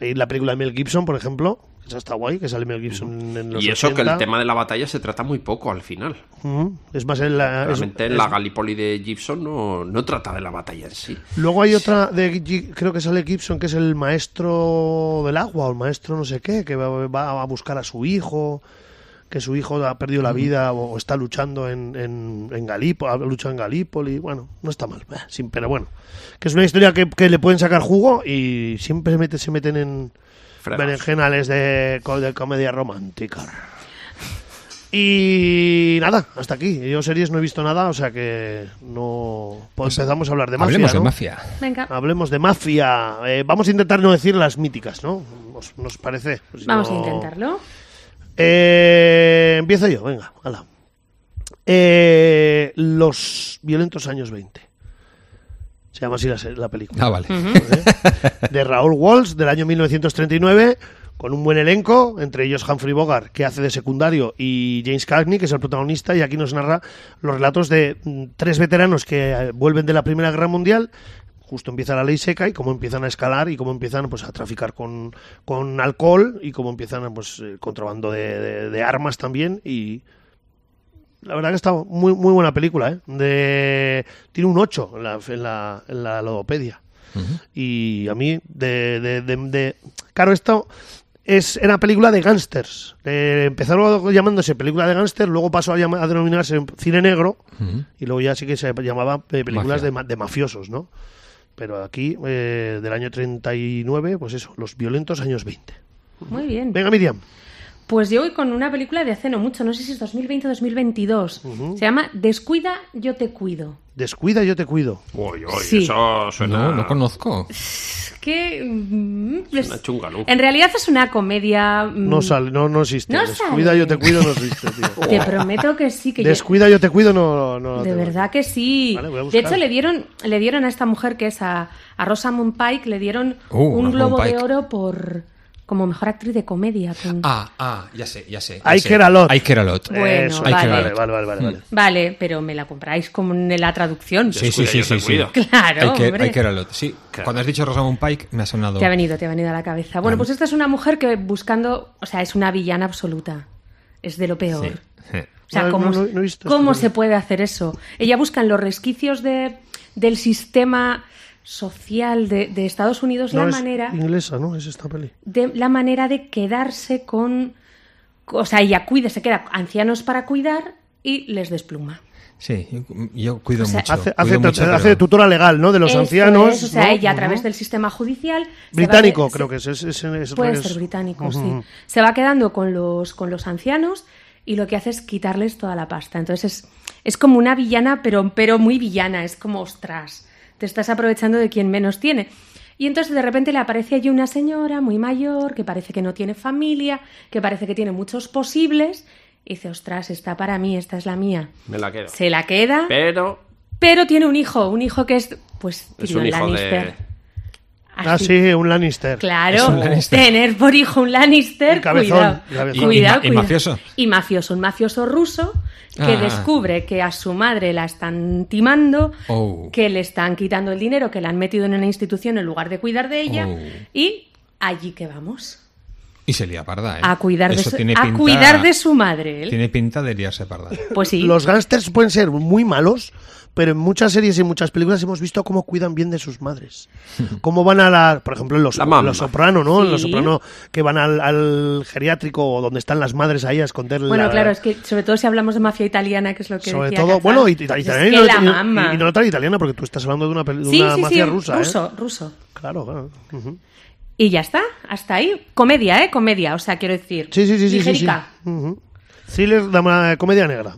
y la película de Mel Gibson, por ejemplo, que esa está guay, que sale Mel Gibson en los
Mm. Y eso que el
80.
tema de la batalla se trata muy poco al final.
Ujú, Es más, en la, es-
Realmente
es-
en la Gallipoli de Gibson no, no trata de la batalla en sí.
Luego hay otra de Gi- creo que sale Gibson que es el maestro del agua o el maestro no sé qué que va, va a buscar a su hijo que su hijo ha perdido la vida o, o está luchando en, en, en Galípoli, ha luchado en Galípoli, bueno, no está mal, eh, sin, pero bueno, que es una historia que, que le pueden sacar jugo y siempre se, mete- se meten en
Fregados.
berenjenales de, co- de comedia romántica. Y nada, hasta aquí. Yo series no he visto nada, o sea que no pues empezamos a hablar de mafia.
Hablemos de
¿no?
mafia.
Venga,
Hablemos de mafia. Eh, vamos a intentar no decir las míticas, ¿no? ¿Os, nos parece? Si
Pues vamos
no-
a intentarlo.
Eh, empiezo yo, venga, hala. Eh, los violentos años 20. Se llama así la, se- la película.
Ah, vale.
De Raúl Walsh, del año 1939, con un buen elenco, entre ellos Humphrey Bogart, que hace de secundario, y James Cagney, que es el protagonista, y aquí nos narra los relatos de mm, tres veteranos que eh, vuelven de la Primera Guerra Mundial. Justo empieza la ley seca y cómo empiezan a escalar y cómo empiezan pues, a traficar con, con alcohol y cómo empiezan pues, el contrabando de- de- de armas también. Y, la verdad que está muy, muy buena película, ¿eh? De... Tiene un 8 en la, en la, en la logopedia. Y a mí, de, de, de, de- Claro, esto es era película de gángsters. Eh, empezaron llamándose película de gángsters, luego pasó a, llama- a denominarse cine negro, y luego ya sí que se llamaba eh, películas
Mafia.
de, ma- de mafiosos, ¿no? Pero aquí, eh, del año 39, pues eso, los violentos años 20.
Muy bien.
Venga, Miriam.
Pues yo voy con una película de hace no mucho, no sé si es 2020 o 2022. Se llama Descuida, yo te cuido.
Descuida, yo te cuido.
Uy, uy,
Sí.
eso suena...
No, no conozco.
Es que... mm, es-
chunga, ¿no?
En realidad es una comedia... mm,
No sale, no, no existe.
No
Descuida,
sale.
yo te cuido, no existe, tío.
Te prometo que sí, que yo-
Descuida, yo te cuido, no. no
De
te-
verdad que sí.
Vale, voy a
de
buscar.
hecho, le dieron, le dieron a esta mujer que es a, a Rosamund Pike, le dieron
Uh,
un
Rosamund
globo de
Pike.
oro por como mejor actriz de comedia. con-
Ah, ah, ya sé, ya sé. ya
I
sé.
care a lot. Eh,
I care a lot.
Bueno,
Eso,
vale.
vale, vale, vale, vale, vale.
Vale, pero me la compráis como en la traducción.
Sí, sí, sí,
Descuida, yo
sí.
te
sí.
cuido.
Claro,
I care,
hombre.
I care a lot. Sí, cuando has dicho Rosamund Pike me ha sonado.
Te ha venido, te ha venido a la cabeza. Bueno, pues esta es una mujer que buscando, o sea, es una villana absoluta. Es de lo peor. O sea,
No,
¿cómo,
no, no, no he visto
cómo
esto,
se
no.
puede hacer eso? Ella busca en los resquicios de, del sistema social de, de Estados Unidos
No,
la
es
manera
Inglesa, ¿no? Es esta peli.
de la manera de quedarse con. O sea, ella cuida, se queda ancianos para cuidar y les despluma.
Sí, yo, yo cuido
O sea,
mucho.
Hace,
cuido
hace,
mucho,
hace
pero-
de tutora legal, ¿no? De los
Eso
ancianos.
es, o sea,
¿no?
ella a
Ujú.
través del sistema judicial. se va
Británico,
de-
creo
se-
que es. es, es, es otra
Puede
que es-
ser británico,
Ujú.
sí. Se va quedando con los, con los ancianos y lo que hace es quitarles toda la pasta. Entonces es, es como una villana, pero, pero muy villana. Es como, ostras, te estás aprovechando de quien menos tiene. Y entonces de repente le aparece allí una señora muy mayor que parece que no tiene familia, que parece que tiene muchos posibles. Y dice, ostras, está para mí, esta es la mía.
Me la quedo.
Se la queda,
Pero
pero tiene un hijo, un hijo que es, pues,
es
Tyrion
un hijo
Lannister.
de...
Ah, sí, un Lannister.
Es un
Claro,
Lannister.
tener por hijo un Lannister,
Un cabezón,
cuidado,
cabezón.
Y- y ma-
cuidado,
y
cuidado.
mafioso.
Y mafioso, un mafioso ruso que
Ah.
descubre que a su madre la están timando,
Oh.
que le están quitando el dinero, que la han metido en una institución en lugar de cuidar de ella
Oh.
y allí que vamos
Y se lía parda, ¿eh?
a cuidar de
Eso
su,
tiene
a
pinta-
cuidar de su madre. él.
Tiene pinta de liarse parda.
Pues sí.
Los gángsters pueden ser muy malos, pero en muchas series y en muchas películas hemos visto cómo cuidan bien de sus madres. Cómo van a la, por ejemplo, en los,
La mamá.
los soprano, ¿no? En los
Sí.
soprano que van al, al geriátrico o donde están las madres ahí a esconder
Bueno,
la-
claro, es que sobre todo si hablamos de mafia italiana, que es lo que
sobre
decía
todo,
Cazal,
bueno, y, y- y-
es
y-
que
y-
la
y-
mama.
y- y no tal italiana, porque tú estás hablando de una, peli- de
sí,
una
sí,
mafia
sí,
rusa. ¿eh?
ruso, ruso.
Claro, claro. Ujú.
Y ya está, hasta ahí. Comedia, ¿eh? Comedia, o sea, quiero decir.
Sí, sí, sí, sí, sí. sí.
ligerica.
Ujú. Thriller de ma- comedia negra.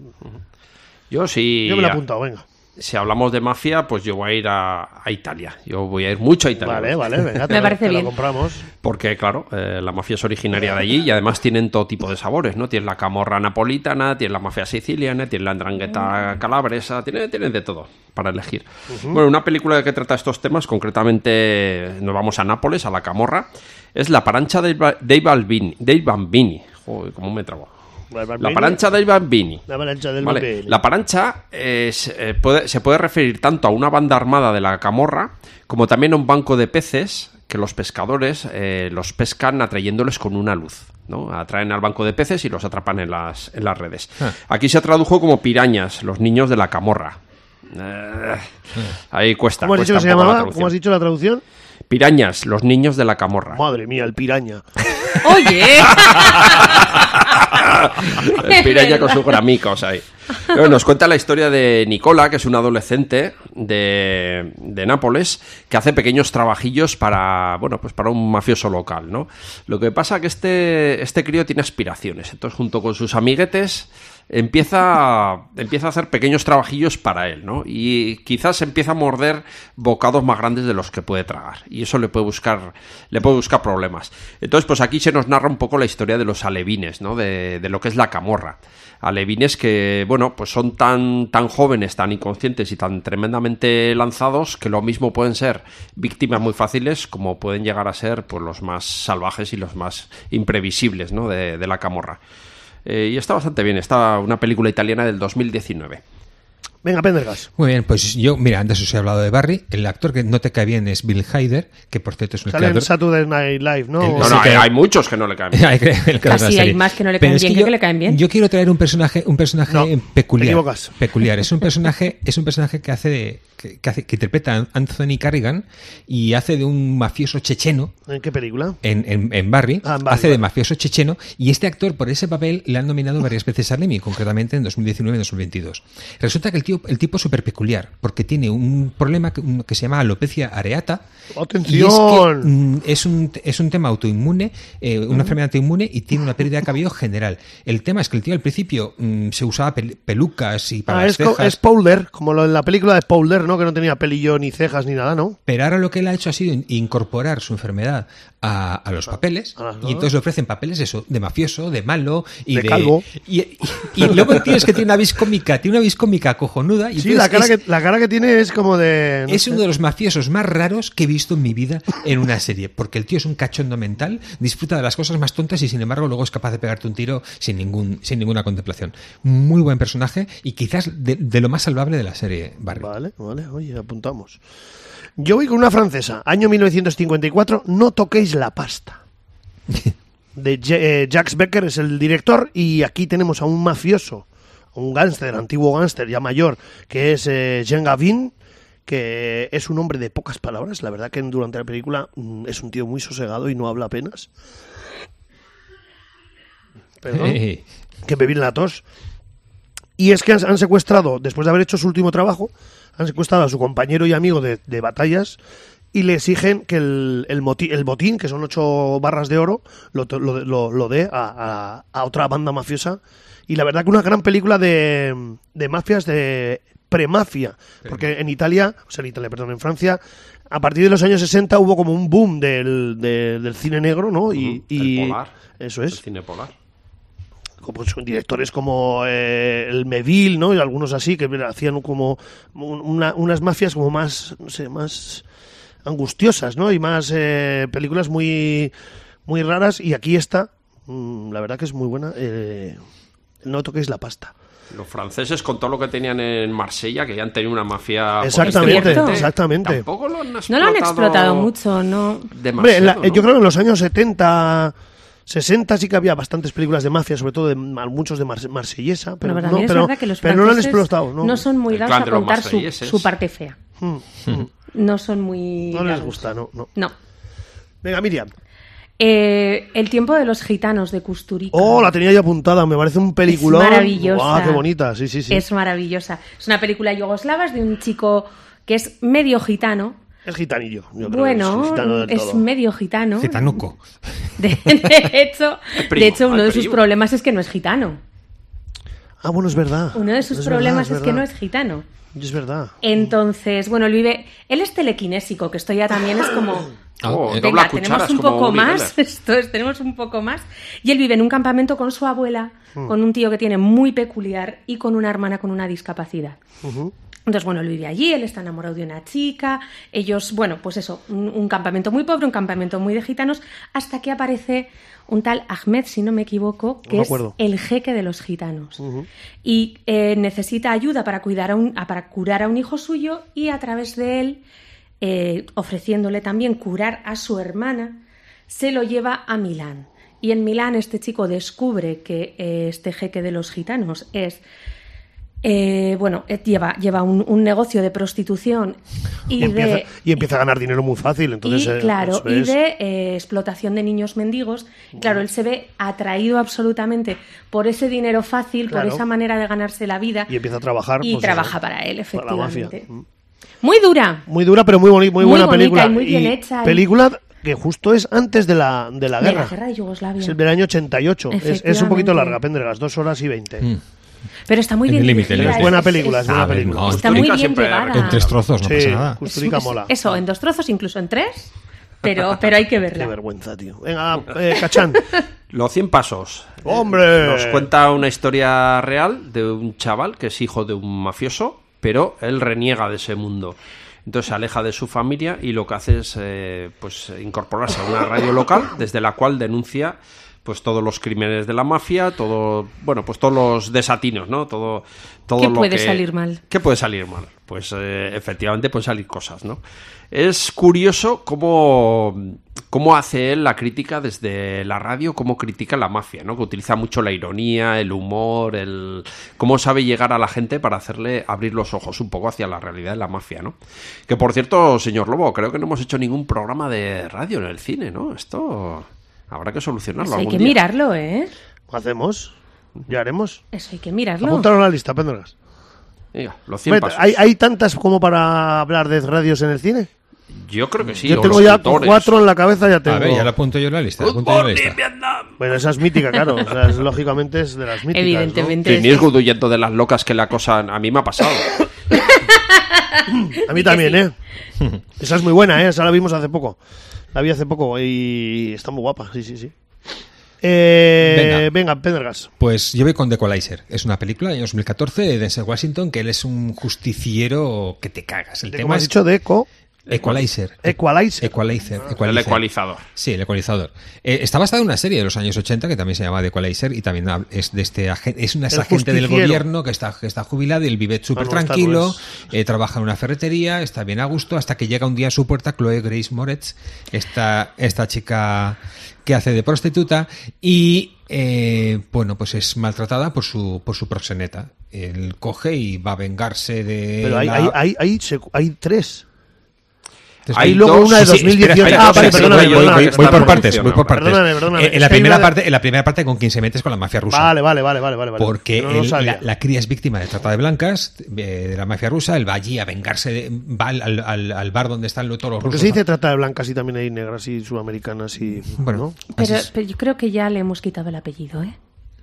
Yo sí.
Yo me lo he apuntado, venga.
Si hablamos de mafia, pues yo voy a ir a, a Italia. Yo voy a ir mucho a Italia.
Vale, vale, venga. te
Me
lo-
parece
te
bien.
lo compramos.
Porque, claro, eh, la mafia es originaria de allí y además tienen todo tipo de sabores, ¿no? Tienes la camorra napolitana, tienes la mafia siciliana, tienes la andrangheta calabresa, tienen, tienen de todo para elegir. Bueno, una película que trata estos temas, concretamente nos vamos a Nápoles, a la camorra, es La parancha de Iba- de Balbini. De Bambini. Joder, cómo me trago. La parancha de Bambini.
La parancha del
Vale,
Bambini.
La parancha eh, se, eh, puede, se puede referir tanto a una banda armada de la camorra como también a un banco de peces que los pescadores eh, los pescan atrayéndoles con una luz. ¿no? Atraen al banco de peces y los atrapan en las, en las redes. Aquí se tradujo como pirañas, los niños de la camorra. Eh, ahí cuesta.
¿Cómo has
cuesta
dicho que se
un poco la
llamaba?
traducción.
¿Cómo has dicho la traducción?
Pirañas, los niños de la camorra.
Madre mía, el piraña.
Oye,
El Piraña con sus gramicos ahí. Bueno, nos cuenta la historia de Nicola, que es un adolescente de, de Nápoles, que hace pequeños trabajillos para, bueno, pues para un mafioso local, ¿no? Lo que pasa que este, este crío tiene aspiraciones, entonces junto con sus amiguetes empieza, empieza a hacer pequeños trabajillos para él, ¿no? Y quizás empieza a morder bocados más grandes de los que puede tragar. Y eso le puede buscar, le puede buscar problemas. Entonces, pues aquí se nos narra un poco la historia de los alevines, ¿no? De, de lo que es la camorra. Alevines que, bueno, pues son tan, tan jóvenes, tan inconscientes y tan tremendamente lanzados que lo mismo pueden ser víctimas muy fáciles como pueden llegar a ser pues, los más salvajes y los más imprevisibles ¿no? de, de la camorra. Eh, y está bastante bien, está una película italiana del 2019.
Venga, Pendergas.
Muy bien, pues yo, mira, antes os he hablado de Barry. El actor que no te cae bien es Bill Hader, que por cierto es un
Sale en
creador.
Saturday Night Live, ¿no?
El-
O-
No,
Así
no,
que-
hay, hay muchos que no le caen. bien.
Hay que- el creador de la
Ah, sí, hay
serie.
más que no le
Pero
caen
es
bien que que le caen bien.
Yo quiero traer un personaje, un personaje
No,
eh,
te
peculiar.
equivocas.
Peculiar. Es un personaje, es un personaje que hace de, que, que hace- que interpreta a Anthony Carrigan y hace de un mafioso checheno
¿En qué película?
en, en- en Barry,
Ah, en Barry,
hace
vale.
de mafioso checheno, y este actor por ese papel le han nominado varias veces al Emmy, concretamente en 2019 y 2022. Resulta que el, tío, el tipo es súper peculiar, porque tiene un problema que, un- que se llama alopecia areata. y es, que,
¡Atención!
mm, es un, es un tema autoinmune, eh, una enfermedad autoinmune, y tiene una pérdida de cabello general. El tema es que el tío al principio mm, se usaba pel- pelucas y para
Ah,
las
es, co-
cejas.
es Powler, como lo de la película de Powler, ¿no? Que no tenía pelillo ni cejas ni nada, ¿no?
Pero ahora lo que él ha hecho ha sido in- incorporar su enfermedad a, a los papeles.
Ah, a las
y entonces le ofrecen papeles eso, de mafioso, de malo y
De
de.
calvo.
Y, y- y luego el tío es que tiene una vis cómica, tiene una vis cómica cojonuda. Y
Sí,
entonces
la cara,
es,
que, la cara que tiene es como de... no
es
sé.
uno de los mafiosos más raros que he visto en mi vida en una serie. Porque el tío es un cachondo mental, disfruta de las cosas más tontas y sin embargo luego es capaz de pegarte un tiro sin, ningún, sin ninguna contemplación. Muy buen personaje y quizás de, de lo más salvable de la serie, Barry.
Vale, vale, oye, apuntamos. Yo voy con una francesa, año 1954, No toquéis la pasta. De Ja- eh, Jacques Becker es el director y aquí tenemos a un mafioso, un gángster, antiguo gángster ya mayor, que es eh, Jean Gavin, que es un hombre de pocas palabras. La verdad que durante la película mm, es un tío muy sosegado y no habla apenas. Perdón
Eh,
que me viene la tos. Y es que han, han secuestrado, después de haber hecho su último trabajo, han secuestrado a su compañero y amigo de, de batallas y le exigen que el, el, moti- el botín, que son ocho barras de oro, lo, to- lo, lo- lo dé a, a- a otra banda mafiosa. Y la verdad que una gran película de, de mafias, de premafia, porque en Italia, o sea, en Italia, perdón, en Francia, a partir de los años 60 hubo como un boom del, del- del cine negro, ¿no? Y, y-
El polar.
Eso es
El cine polar.
como son directores como eh, el Meville, ¿no? Y algunos así que hacían como un- una- unas mafias como más, no sé, más angustiosas, ¿no? Y más eh, películas muy, muy raras. Y aquí está, mm, la verdad que es muy buena. eh, no toquéis la pasta.
Los franceses, con todo lo que tenían en Marsella, que ya han tenido una mafia.
Exactamente,
potente,
exactamente.
¿eh? Tampoco lo han
No
explotado,
lo han explotado mucho, no.
Demasiado,
Hombre, en la-
¿no?
eh, yo creo que en los años 70, 60 sí que había bastantes películas de mafia, sobre todo de ma- muchos de Mar- marsellesa, pero,
Bueno,
no,
pero también es
pero,
verdad que los
pero no lo han
franceses
explotado. No, Mm,
no son muy
El
dados
clan
a
de los
contar su,
marselleses.
su parte fea. No son muy.
no les
dados.
gusta, no, no.
No.
Venga, Miriam.
Eh, el tiempo de los gitanos de Custurica.
Oh, la tenía ya apuntada, me parece un peliculón.
Es maravillosa.
Guau, qué bonita, sí, sí, sí.
Es maravillosa. Es una película yugoslava es de un chico que es medio gitano.
Es gitanillo. yo creo que
bueno,
es, gitano del
es
todo.
medio gitano.
Cetanuco.
De, de hecho,
El primo,
de hecho, uno
al
de sus
primo.
problemas es que no es gitano.
Ah, bueno, es verdad.
Uno de sus
Es
problemas
verdad,
es que no
verdad.
es Eh, gitano.
Es verdad.
Entonces, bueno, él vive. Él es telequinésico, que esto ya también es como.
Ah,
Oh,
eh,
dobla
Venga,
cucharas
tenemos un
como
poco
Uri
más.
Geller.
Esto es, tenemos un poco más. Y él vive en un campamento con su abuela, con un tío que tiene muy peculiar y con una hermana con una discapacidad. Entonces, bueno, él vive allí, él está enamorado de una chica, ellos, bueno, pues eso, un, un campamento muy pobre, un campamento muy de gitanos, hasta que aparece un tal Ahmed, si no me equivoco, que
No me
es
acuerdo.
el jeque de los gitanos. Y eh, necesita ayuda para, cuidar a un, a- para curar a un hijo suyo y a través de él, eh, ofreciéndole también curar a su hermana, se lo lleva a Milán. Y en Milán este chico descubre que eh, este jeque de los gitanos es... eh, bueno, eh, lleva, lleva un, un negocio de prostitución y,
Y, empieza,
de,
y empieza a ganar dinero muy fácil. Entonces,
y
eh,
claro,
eso
y
es.
de eh, explotación de niños mendigos. Y, Claro, él se ve atraído absolutamente por ese dinero fácil,
Claro.
por esa manera de ganarse la vida.
Y empieza a trabajar,
Y
pues,
trabaja
eso,
para él,
para la mafia. Mm.
efectivamente. Muy dura.
Muy dura, pero muy, boni- muy,
Muy
buena
bonita
película.
y muy bien hecha y-
Película que justo es antes de la, de la
De
guerra.
la guerra de Yugoslavia.
Es el del año 88. Es, es un poquito
Efectivamente.
larga, pende las 2 horas y 20.
Pero está muy
En
bien.
el límite,
dirigida,
en el
Es buena
es-
película, es
es-
buena
A ver,
película.
no,
Está muy
Custurica
bien
siempre
llevada.
Ah,
recomiendo.
En ¿eh? tres trozos, no
Sí,
pasa nada.
Es-
Custurica
es-
mola.
Eso, en dos trozos, incluso en tres. Pero, pero hay que
Qué
verla.
vergüenza, tío. Venga, eh, Cachán.
Los 100 pasos.
¡Hombre!
Nos cuenta una historia real de un chaval que es hijo de un mafioso, pero él reniega de ese mundo. Entonces se aleja de su familia y lo que hace es eh, pues incorporarse a una radio local desde la cual denuncia pues todos los crímenes de la mafia, todo bueno, pues todos los desatinos, ¿no? Todo todo
¿Qué
lo
puede
que-
salir mal?
¿Qué puede salir mal? Pues eh, efectivamente pueden salir cosas, ¿no? Es curioso cómo, cómo hace él la crítica desde la radio, cómo critica la mafia, ¿no? Que utiliza mucho la ironía, el humor, el cómo sabe llegar a la gente para hacerle abrir los ojos un poco hacia la realidad de la mafia, ¿no? Que por cierto, señor Lobo, creo que no hemos hecho ningún programa de radio en el cine, ¿no? Esto habrá que solucionarlo
Eso hay
algún
que
día.
mirarlo, ¿eh?
¿Hacemos? ¿Ya haremos?
Eso hay que mirarlo.
Apúntalo a la lista, Pendergast.
Venga, los 100
Hombre,
pasos.
¿Hay, hay tantas como para hablar de radios en el cine?
Yo creo que sí.
yo
o
tengo
los
ya
tutores.
cuatro en la cabeza, ya tengo.
A ver, ya la apunto yo en la lista. la
Good
apunto yo en la
morning,
lista.
Vietnam.
Bueno, esa es mítica, claro. O sea, es- lógicamente es de las míticas. ¿no?
Evidentemente.
Clint Eastwood huyendo de las locas que la cosa a mí me ha pasado.
Pues
A mí también, ¿eh? Esa es muy buena, ¿eh? Esa la vimos hace poco. La vi hace poco y está muy guapa, sí, sí, sí. Eh, venga, Pendergast.
Pues yo voy con The Equalizer. Es una película del año 2014 de Denzel Washington, que él es un justiciero que te cagas. El
De-
tema
Como has
es
dicho, Eh, de Eco.
Equalizer.
Equalizer.
Equalizer.
El
Equalizer.
ecualizador.
Sí, el ecualizador. Eh, está basada en una serie de los años 80 que también se llama The Equalizer y también hab- es de este agen- es una
El
agente del
justiciero.
gobierno que está, que está jubilado y él vive súper
no, esta no
tranquilo,
es.
eh, trabaja en una ferretería, está bien a gusto, hasta que llega un día a su puerta Chloe Grace Moretz, esta, esta chica que hace de prostituta y... eh, bueno, pues es maltratada por su por su proxeneta. Él coge y va a vengarse de.
Pero hay,
la-
hay, hay, hay, secu- hay tres.
Entonces,
Hay
Hay
luego
dos-
una de
sí, sí,
2018.
espera,
ah,
espera,
vale,
sí, sí,
perdóname,
voy-
voy,
perdóname,
voy-
perdóname.
voy por
Está
partes, voy por partes.
Perdóname, perdóname. Es
Eh, En,
que
la
hay
primera
una-
parte, en la primera parte con 15 metes con la mafia rusa.
Vale, vale, vale, vale, vale. vale.
Porque
No lo
él-
sabía.
la, la cría es víctima de trata de blancas, eh, de la mafia rusa, él va allí a vengarse, de- va al, al- al- al bar donde están lo- todos los
Porque
rusos.
se dice trata de blancas y también hay negras y sudamericanas y...
Bueno,
Bueno.
así
Pero,
es.
pero yo creo que ya le hemos quitado el apellido, ¿eh?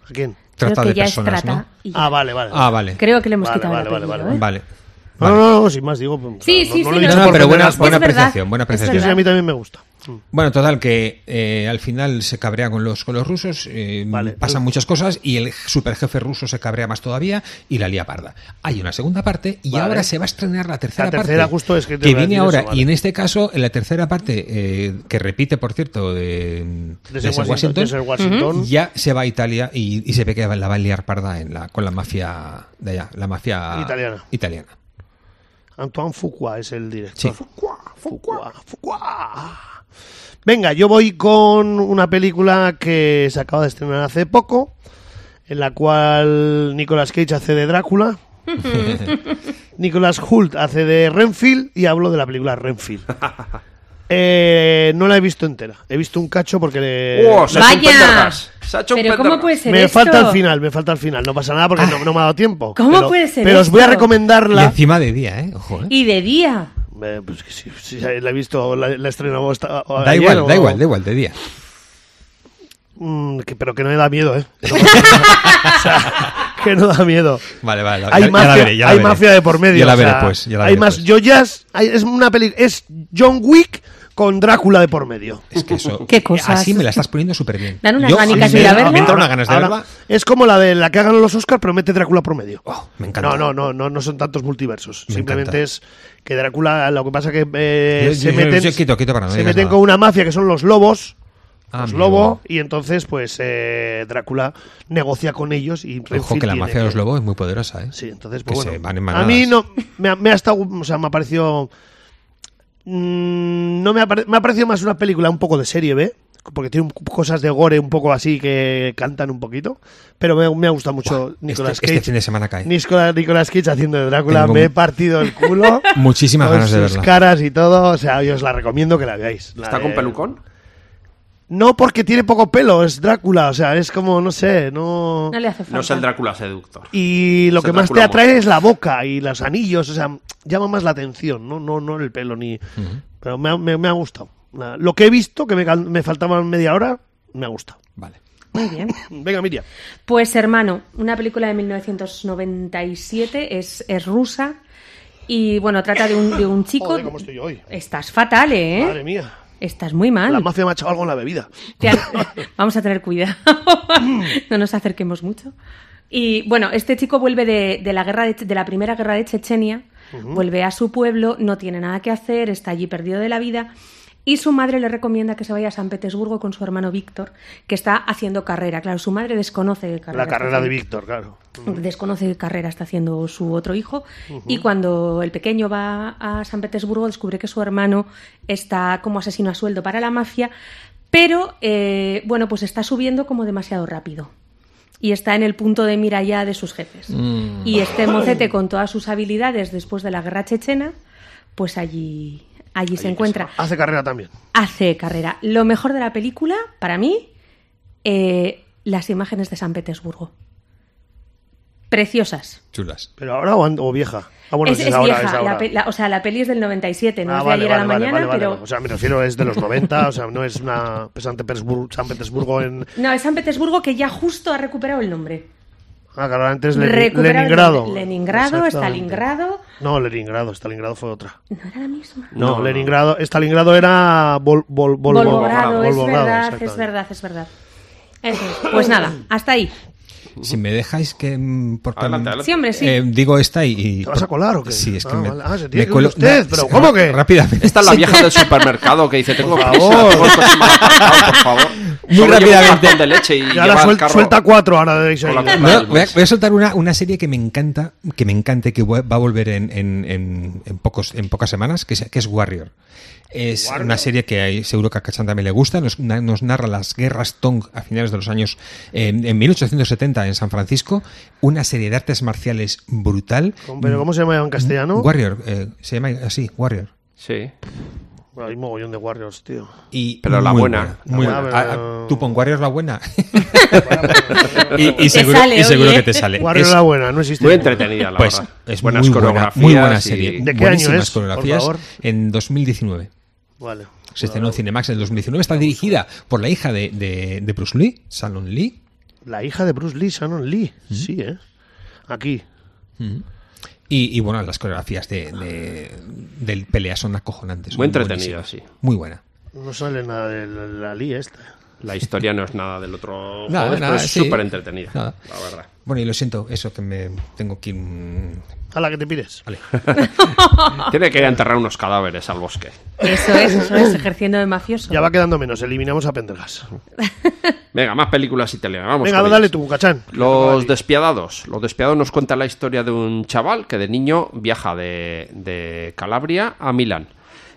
¿A quién?
trata
creo que
de
ya
personas,
es trata.
¿no?
y ya.
Ah, vale, vale.
Ah, vale.
Creo que le hemos
Vale,
quitado
vale,
el
vale,
apellido,
vale.
¿eh?
Vale.
No, no, no, sin más digo. o sea, no-
Sí, sí,
no
sí,
lo he
no,
dicho por
No, no, pero
vender
buena,
las
buena
Es verdad,
apreciación, buena
es
apreciación.
Sí, sí, a mí también me gusta.
Bueno, total, que eh, al final se cabrea con los, con los rusos, eh,
Vale.
pasan muchas cosas y el superjefe ruso se cabrea más todavía y la lía parda. Hay una segunda parte y
Vale.
ahora se va a estrenar la tercera,
tercera
parte.
justo es que te iba a
viene
decir
ahora.
eso, vale.
Y en este caso, en la tercera parte, eh, que repite, por cierto, de,
Desde
desde
Washington, desde Washington.
ya se va a Italia y, y se ve que la va a liar parda en la, con la mafia de allá, la mafia
Italiana.
italiana.
Antoine Fuqua es el director.
Sí.
Fuqua, Fuqua, Fuqua. Venga, yo voy con una película que se acaba de estrenar hace poco, en la cual Nicolas Cage hace de Drácula, Nicolas Hult hace de Renfield y hablo de la película Renfield. Eh, no la he visto entera, he visto un cacho porque le-
¡Oh, se ha hecho un
Vaya.
pendergas! Se ha hecho un
Pero ¿cómo
pendergas.
puede ser
me
esto?
falta el final, me falta el final, no pasa nada porque no, no me ha dado tiempo.
¿Cómo
pero,
puede ser
Pero os voy a
esto?
Y
recomendarla.
encima de día, ¿eh? Ojo, ¿eh?
Y de día.
Eh, pues que sí, sí, la he visto, la, la he estrenado esta- o
Da
ayer
igual,
o-
da igual, da igual, de día.
Mm, que- pero que no me da miedo, ¿eh? Que no- o sea, que no da miedo.
Vale, vale. ya-
Hay,
ya la
mafia,
veré, ya la
hay
veré.
mafia de por medio.
Ya la
o sea,
veré, pues. ya la
hay
veré,
más
pues.
joyas. hay- es una peli, es John Wick con Drácula de por medio.
Es que eso.
Qué cosas.
Así me la estás poniendo súper bien.
Dan unas
Yo-
ganicas
sí,
de ir a
me-
verla.
Me entra unas ganas de
Ahora,
verla.
Es como la de la que hagan los Oscars, pero mete Drácula por medio.
Oh, me encanta.
No, no, no, no, no son tantos multiversos.
Me
Simplemente
encanta.
es que Drácula, lo que pasa que eh,
Yo-
se
yo-
meten,
yo quito, quito para no
se
digas
meten
nada.
con una mafia que son los lobos.
Ah,
los
amigo.
lobos, y entonces, pues eh, Drácula negocia con ellos. y
Ojo
Renfield
que la
tiene
mafia de los
que-
lobos es muy poderosa, ¿eh?
Sí, entonces,
Que
pues
se
bueno.
van en
a mí
manadas.
no. Me ha, me ha estado. O sea, me ha parecido. mm, no me ha, pare- me ha parecido más una película un poco de serie B. Porque tiene un- cosas de gore un poco así que cantan un poquito. Pero me, me ha gustado mucho Nicolas
este
Cage.
fin de semana cae.
Nicolas, Nicolas Cage haciendo de Drácula.
Tengo
Me he
mu-
partido el culo.
Muchísimas
con
ganas de
sus
verla.
caras y todo. O sea, yo os la recomiendo que la veáis. La
¿Está
de-
con
eh,
pelucón?
No, porque tiene poco pelo. Es Drácula. O sea, es como, no sé, no.
No le hace falta.
No es el Drácula seductor.
Y lo
Se
que más te
Drácula
atrae
muerto.
es la boca y los anillos, o sea, llama más la atención, no, no, no el pelo ni. Pero me ha, me- me ha gustado. La- Lo que he visto, que me, cal- me faltaba media hora, me ha gustado.
Vale.
Muy bien.
Venga, Miriam.
Pues Hermano, una película de 1997, es, es rusa y bueno, trata de un, de un chico...
Joder, cómo estoy yo hoy.
Estás fatal, ¿eh?
Madre mía.
Estás muy mal.
La mafia me ha echado algo en la bebida.
Te han- Vamos a tener cuidado. no nos acerquemos mucho. Y bueno, este chico vuelve de, de la, guerra de, Che- de la primera guerra de Chechenia, vuelve a su pueblo, no tiene nada que hacer, está allí perdido de la vida. Y su madre le recomienda que se vaya a San Petersburgo con su hermano Víctor, que está haciendo carrera. Claro, su madre desconoce qué carrera.
La
está
carrera de
haciendo
Víctor, claro.
desconoce qué carrera está haciendo su otro hijo y cuando el pequeño va a San Petersburgo descubre que su hermano está como asesino a sueldo para la mafia, pero eh, bueno, pues está subiendo como demasiado rápido. Y está en el punto de mira ya de sus jefes. Y este mocete con todas sus habilidades después de la guerra chechena, pues allí, allí, se encuentra
Hace carrera también.
hace carrera. Lo mejor de la película, para mí, eh, las imágenes de San Petersburgo. Preciosas.
Chulas.
¿Pero ahora o, an- o vieja? Ah, bueno,
es,
si es,
es
ahora,
vieja,
es ahora.
la pe- la- o sea, la peli es del 97, no
Ah,
es de ayer a la mañana, pero...
O sea, me refiero, es de los 90, o sea, no es una pues, San Petersburgo, San Petersburgo en...
no, es San Petersburgo que ya justo ha recuperado el nombre.
Ah, claro, antes Lenin-
Recuperado el
Leningrado.
nombre. Leningrado,
Exactamente.
Stalingrado...
No, Leningrado, Stalingrado fue otra.
No era la misma.
No, Leningrado, Stalingrado era Vol- Vol- Vol-
Volgogrado, es
Volgogrado,
verdad, es
exactamente.
verdad, es verdad. Eso es. Pues nada, hasta ahí.
Si me dejáis que... mm, Porque,
Adelante, adelante.
Sí, hombre, sí.
eh, digo esta y... y-
¿Te vas a colar o qué?
Sí, es que
Ah,
me,
vale. Ah, se
me
tiene que ir
cuelo-
usted,
No,
pero
sí,
¿cómo que?
Rápidamente.
Esta es la vieja del supermercado que dice, tengo prisa,
favor.
tengo el coche mal aparcado, por favor.
Muy
Solo llevo un
rápidamente.
cartón de leche y
Y
lleva
ahora
el
suel-
carro-
suelta cuatro ahora de
Con la
Dixon.
culpa
No,
del
voy, a,
Luis.
voy a soltar una, una serie que me encanta, que me encante, que va va a volver en, en- en- en pocos, en pocas semanas, que es, que es Warrior. Es una serie que hay- seguro que a Cachan también le gusta. Nos, na- nos narra las guerras Tong a finales de los años eh, en 1870 en San Francisco. Una serie de artes marciales brutal.
Pero ¿cómo se llama en castellano?
Warrior, eh, se llama así, Warrior.
Sí.
Hay mogollón de Warriors, tío.
Y
Pero la
muy
buena.
La
muy
buena,
buena. Ah,
pero-
ah, Tú pon Warrior la buena. y, y
Te
seguro,
sale,
y seguro
oye.
que te sale.
Warrior
Es-
la buena, no existe.
Muy entretenida, la
Pues
verdad.
es
Buenas
muy buena,
coreografías
muy buena
y-
serie.
¿De qué
Buenísimas
año es, por
coreografías.
favor?
En 2019.
Vale.
Se estrenó en Cinemax en el 2019. Está dirigida por la hija de, de, de Bruce Lee, Salon Lee.
La hija de Bruce Lee, Shannon Lee. Sí, ¿eh? Aquí.
Y, y, bueno, las coreografías de, de- del pelea son acojonantes. son
Muy entretenida,
buenísimas.
sí.
Muy buena.
No sale nada de la, la li esta.
La historia no es nada del otro
Nada,
jueves,
nada,
pero es
sí.
súper entretenida,
Nada.
la verdad.
Bueno, y lo siento, eso que me tengo que ir. mm,
A la que te pides.
Vale.
Tiene que ir a enterrar unos cadáveres al bosque.
Eso es, eso es, ejerciendo de mafioso.
Ya va quedando menos, eliminamos a Pendergas.
Venga, más películas italianas. Vamos
Venga,
con
dale
ellas.
tú, cachán.
Los despiadados. Los despiadados nos cuentan la historia de un chaval que de niño viaja de, de Calabria a Milán.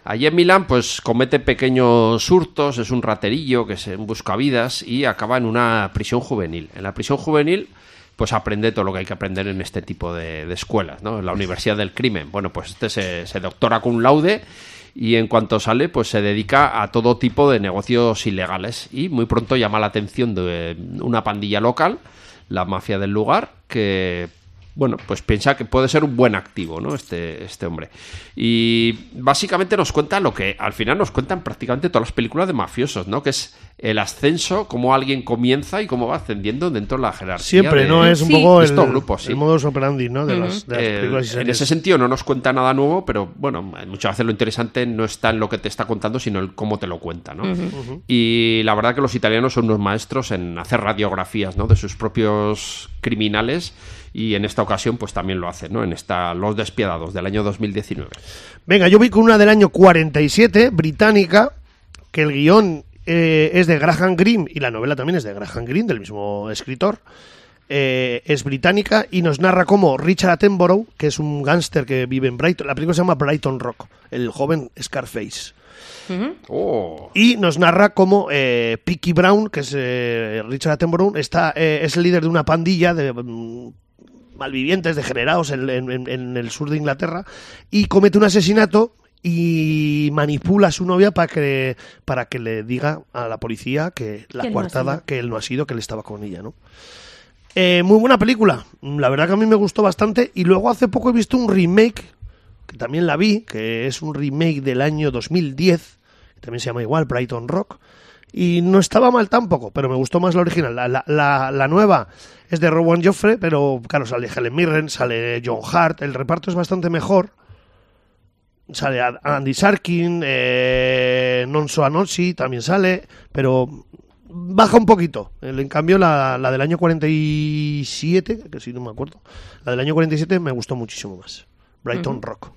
Allí en Milán, pues comete pequeños hurtos, es un raterillo que se busca vidas y acaba en una prisión juvenil. En la prisión juvenil, pues aprende todo lo que hay que aprender en este tipo de, de escuelas, ¿no? En la Universidad del Crimen. Bueno, pues este se, se doctora con laude y en cuanto sale, pues se dedica a todo tipo de negocios ilegales y muy pronto llama la atención de una pandilla local, la mafia del lugar, que bueno, pues piensa que puede ser un buen activo, ¿no? Este, este hombre. Y básicamente nos cuenta lo que al final nos cuentan prácticamente todas las películas de mafiosos, ¿no? Que es el ascenso, cómo alguien comienza y cómo va ascendiendo dentro de la jerarquía.
Siempre,
de-
¿no? Es un
Sí.
poco el,
Estos grupos, sí.
el modus operandi, ¿no? De las, de las
Eh,
películas y
en
series.
ese sentido no nos cuenta nada nuevo, pero bueno, muchas veces lo interesante no está en lo que te está contando, sino en cómo te lo cuenta, ¿no? Y la verdad que los italianos son unos maestros en hacer radiografías, ¿no? De sus propios criminales y en esta ocasión pues también lo hacen, ¿no? En esta Los Despiadados del año 2019.
Venga, yo vi con una del año 47, británica, que el guión eh, es de Graham Greene y la novela también es de Graham Greene, del mismo escritor. Eh, es británica y nos narra cómo Richard Attenborough, que es un gángster que vive en Brighton, la película se llama Brighton Rock, el joven Scarface.
¡Oh!
Y nos narra cómo eh, Peaky Brown, que es eh, Richard Attenborough, está, eh, es el líder de una pandilla de mm, malvivientes degenerados en, en- en- en el sur de Inglaterra y comete un asesinato y manipula a su novia para que, para que le diga a la policía que la
Que él no ha
coartada,
sido.
que él no ha sido, que él estaba con ella, ¿no? Eh, muy buena película. La verdad que a mí me gustó bastante. Y luego hace poco he visto un remake, que también la vi, que es un remake del año 2010, que también se llama igual, Brighton Rock. Y no estaba mal tampoco, pero me gustó más la original. La, la- la- la nueva es de Rowan Joffre, pero claro, sale Helen Mirren, sale John Hart, el reparto es bastante mejor. Sale Ad- Andy Sarkin, eh, Nonso Anonsi también sale, pero baja un poquito. El- En cambio, la, la del año 47, que si no me acuerdo, la del año 47 me gustó muchísimo más. Brighton Rock.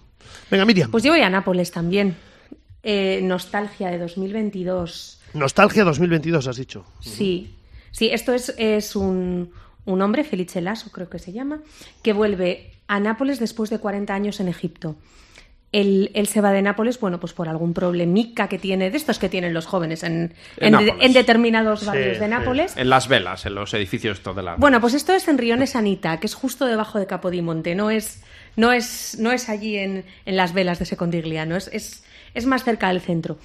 Venga, Miriam.
Pues yo voy a Nápoles también. Eh, nostalgia de 2022.
Nostalgia 2022, has dicho.
Sí, sí, esto es, es un, un hombre, Felice Lasso creo que se llama, que vuelve a Nápoles después de 40 años en Egipto. Él, él se va de Nápoles, bueno, pues por algún problemica que tiene, de estos que tienen los jóvenes en,
En
en, de-
Nápoles.
en determinados barrios
sí.
de Nápoles.
En las velas, en los edificios estos de la...
Bueno, pues esto es en Rione Sanita, que es justo debajo de Capodimonte, no es, no es, no es allí en, en las velas de Secondigliano, es, es, es más cerca del centro.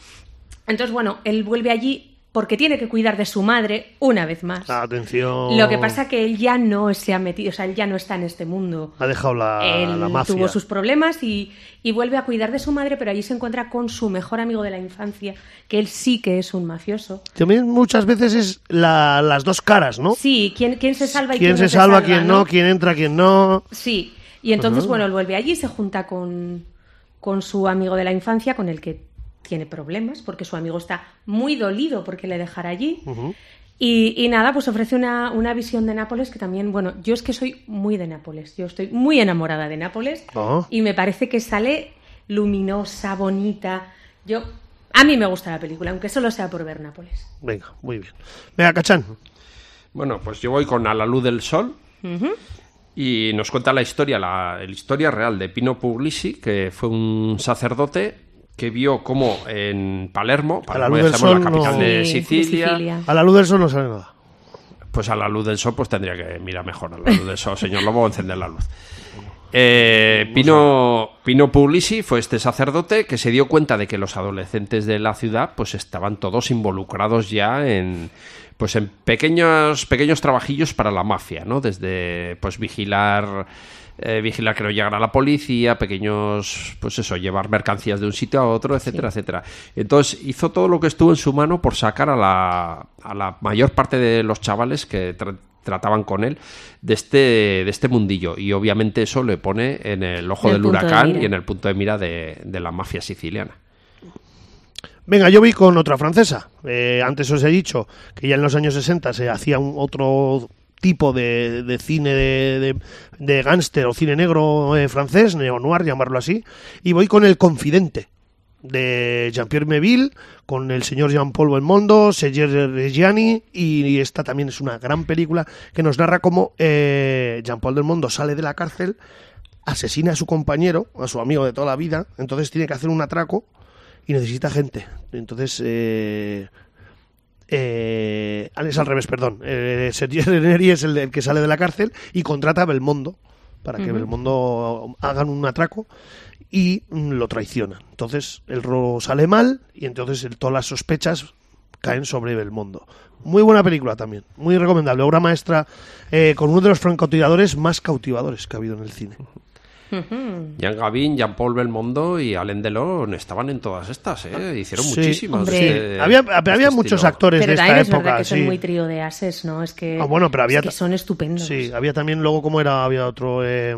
Entonces, bueno, él vuelve allí porque tiene que cuidar de su madre una vez más.
Atención.
Lo que pasa que él ya no se ha metido, o sea, él ya no está en este mundo.
Ha dejado la,
él
la mafia.
tuvo sus problemas y, y vuelve a cuidar de su madre, pero allí se encuentra con su mejor amigo de la infancia, que él sí que es un mafioso.
También muchas veces es la- las dos caras, ¿no?
Sí, ¿quién, quién se salva y
¿Quién
quién,
se
no
salva, quién no?
no?
quién entra, quién no?
Sí, y entonces, bueno, él vuelve allí, se junta con, con su amigo de la infancia, con el que tiene problemas, porque su amigo está muy dolido porque le dejará allí. Y, y nada, pues ofrece una, una visión de Nápoles que también, bueno, yo es que soy muy de Nápoles, yo estoy muy enamorada de Nápoles
Ah.
y me parece que sale luminosa, bonita. Yo, a mí me gusta la película, aunque solo sea por ver Nápoles.
Venga, muy bien. Venga, Cachán.
Bueno, pues yo voy con A la luz del sol. Y nos cuenta la historia, la, la historia real de Pino Puglisi, que fue un sacerdote que vio cómo en Palermo,
A la luz
Palermo ya
del
sabemos, la
sol, no.
capital de
Sí, de
Sicilia,
Sicilia.
A la luz del sol no sale nada.
pues a la luz del sol pues tendría que mirar mejor a la luz del sol, señor Lobo, encender la luz. Eh, Pino, Pino Puglisi fue este sacerdote que se dio cuenta de que los adolescentes de la ciudad pues estaban todos involucrados ya en pues en pequeños pequeños trabajillos para la mafia, ¿no? Desde pues vigilar eh, vigilar que no llegara la policía, pequeños pues eso, llevar mercancías de un sitio a otro, etcétera, etcétera. Entonces hizo todo lo que estuvo en su mano por sacar a la, a la mayor parte de los chavales que tra- trataban con él de este, de este mundillo. Y obviamente eso le pone en el ojo
En el
del
punto de
huracán
mira.
y en el punto de mira de, de la mafia siciliana.
Venga, yo voy con otra francesa. Eh, antes os he dicho que ya en los años 60 se hacía un otro tipo de, de cine de, de, de gángster o cine negro eh, francés, neo-noir, llamarlo así. Y voy con El Confidente de Jean-Pierre Meville con el señor Jean-Paul Belmondo, Serge Reggiani y esta también es una gran película que nos narra cómo eh, Jean-Paul Belmondo sale de la cárcel, asesina a su compañero, a su amigo de toda la vida, entonces tiene que hacer un atraco y necesita gente. Entonces eh, eh, es al revés, perdón. Eh, Sergio Reneri es el, el que sale de la cárcel y contrata a Belmondo para que Belmondo hagan un atraco y mm, lo traicionan. Entonces el robo sale mal y entonces el- todas las sospechas caen sobre Belmondo. Muy buena película también, muy recomendable. Obra maestra eh, con uno de los francotiradores más cautivadores que ha habido en el cine.
Mm.
Jean Gavin, Jean-Paul Belmondo y Alain Delon estaban en todas estas, ¿eh? Hicieron
Sí,
muchísimas.
hombre.
de-
Sí.
de
había
este
había
estilo.
muchos actores
Pero
de
también
esta
es verdad
época,
que
sí.
son muy trío de ases, ¿no? Es que,
Ah, bueno, pero había
es que
ta-
son estupendos.
Sí, había también luego como era, había otro... eh,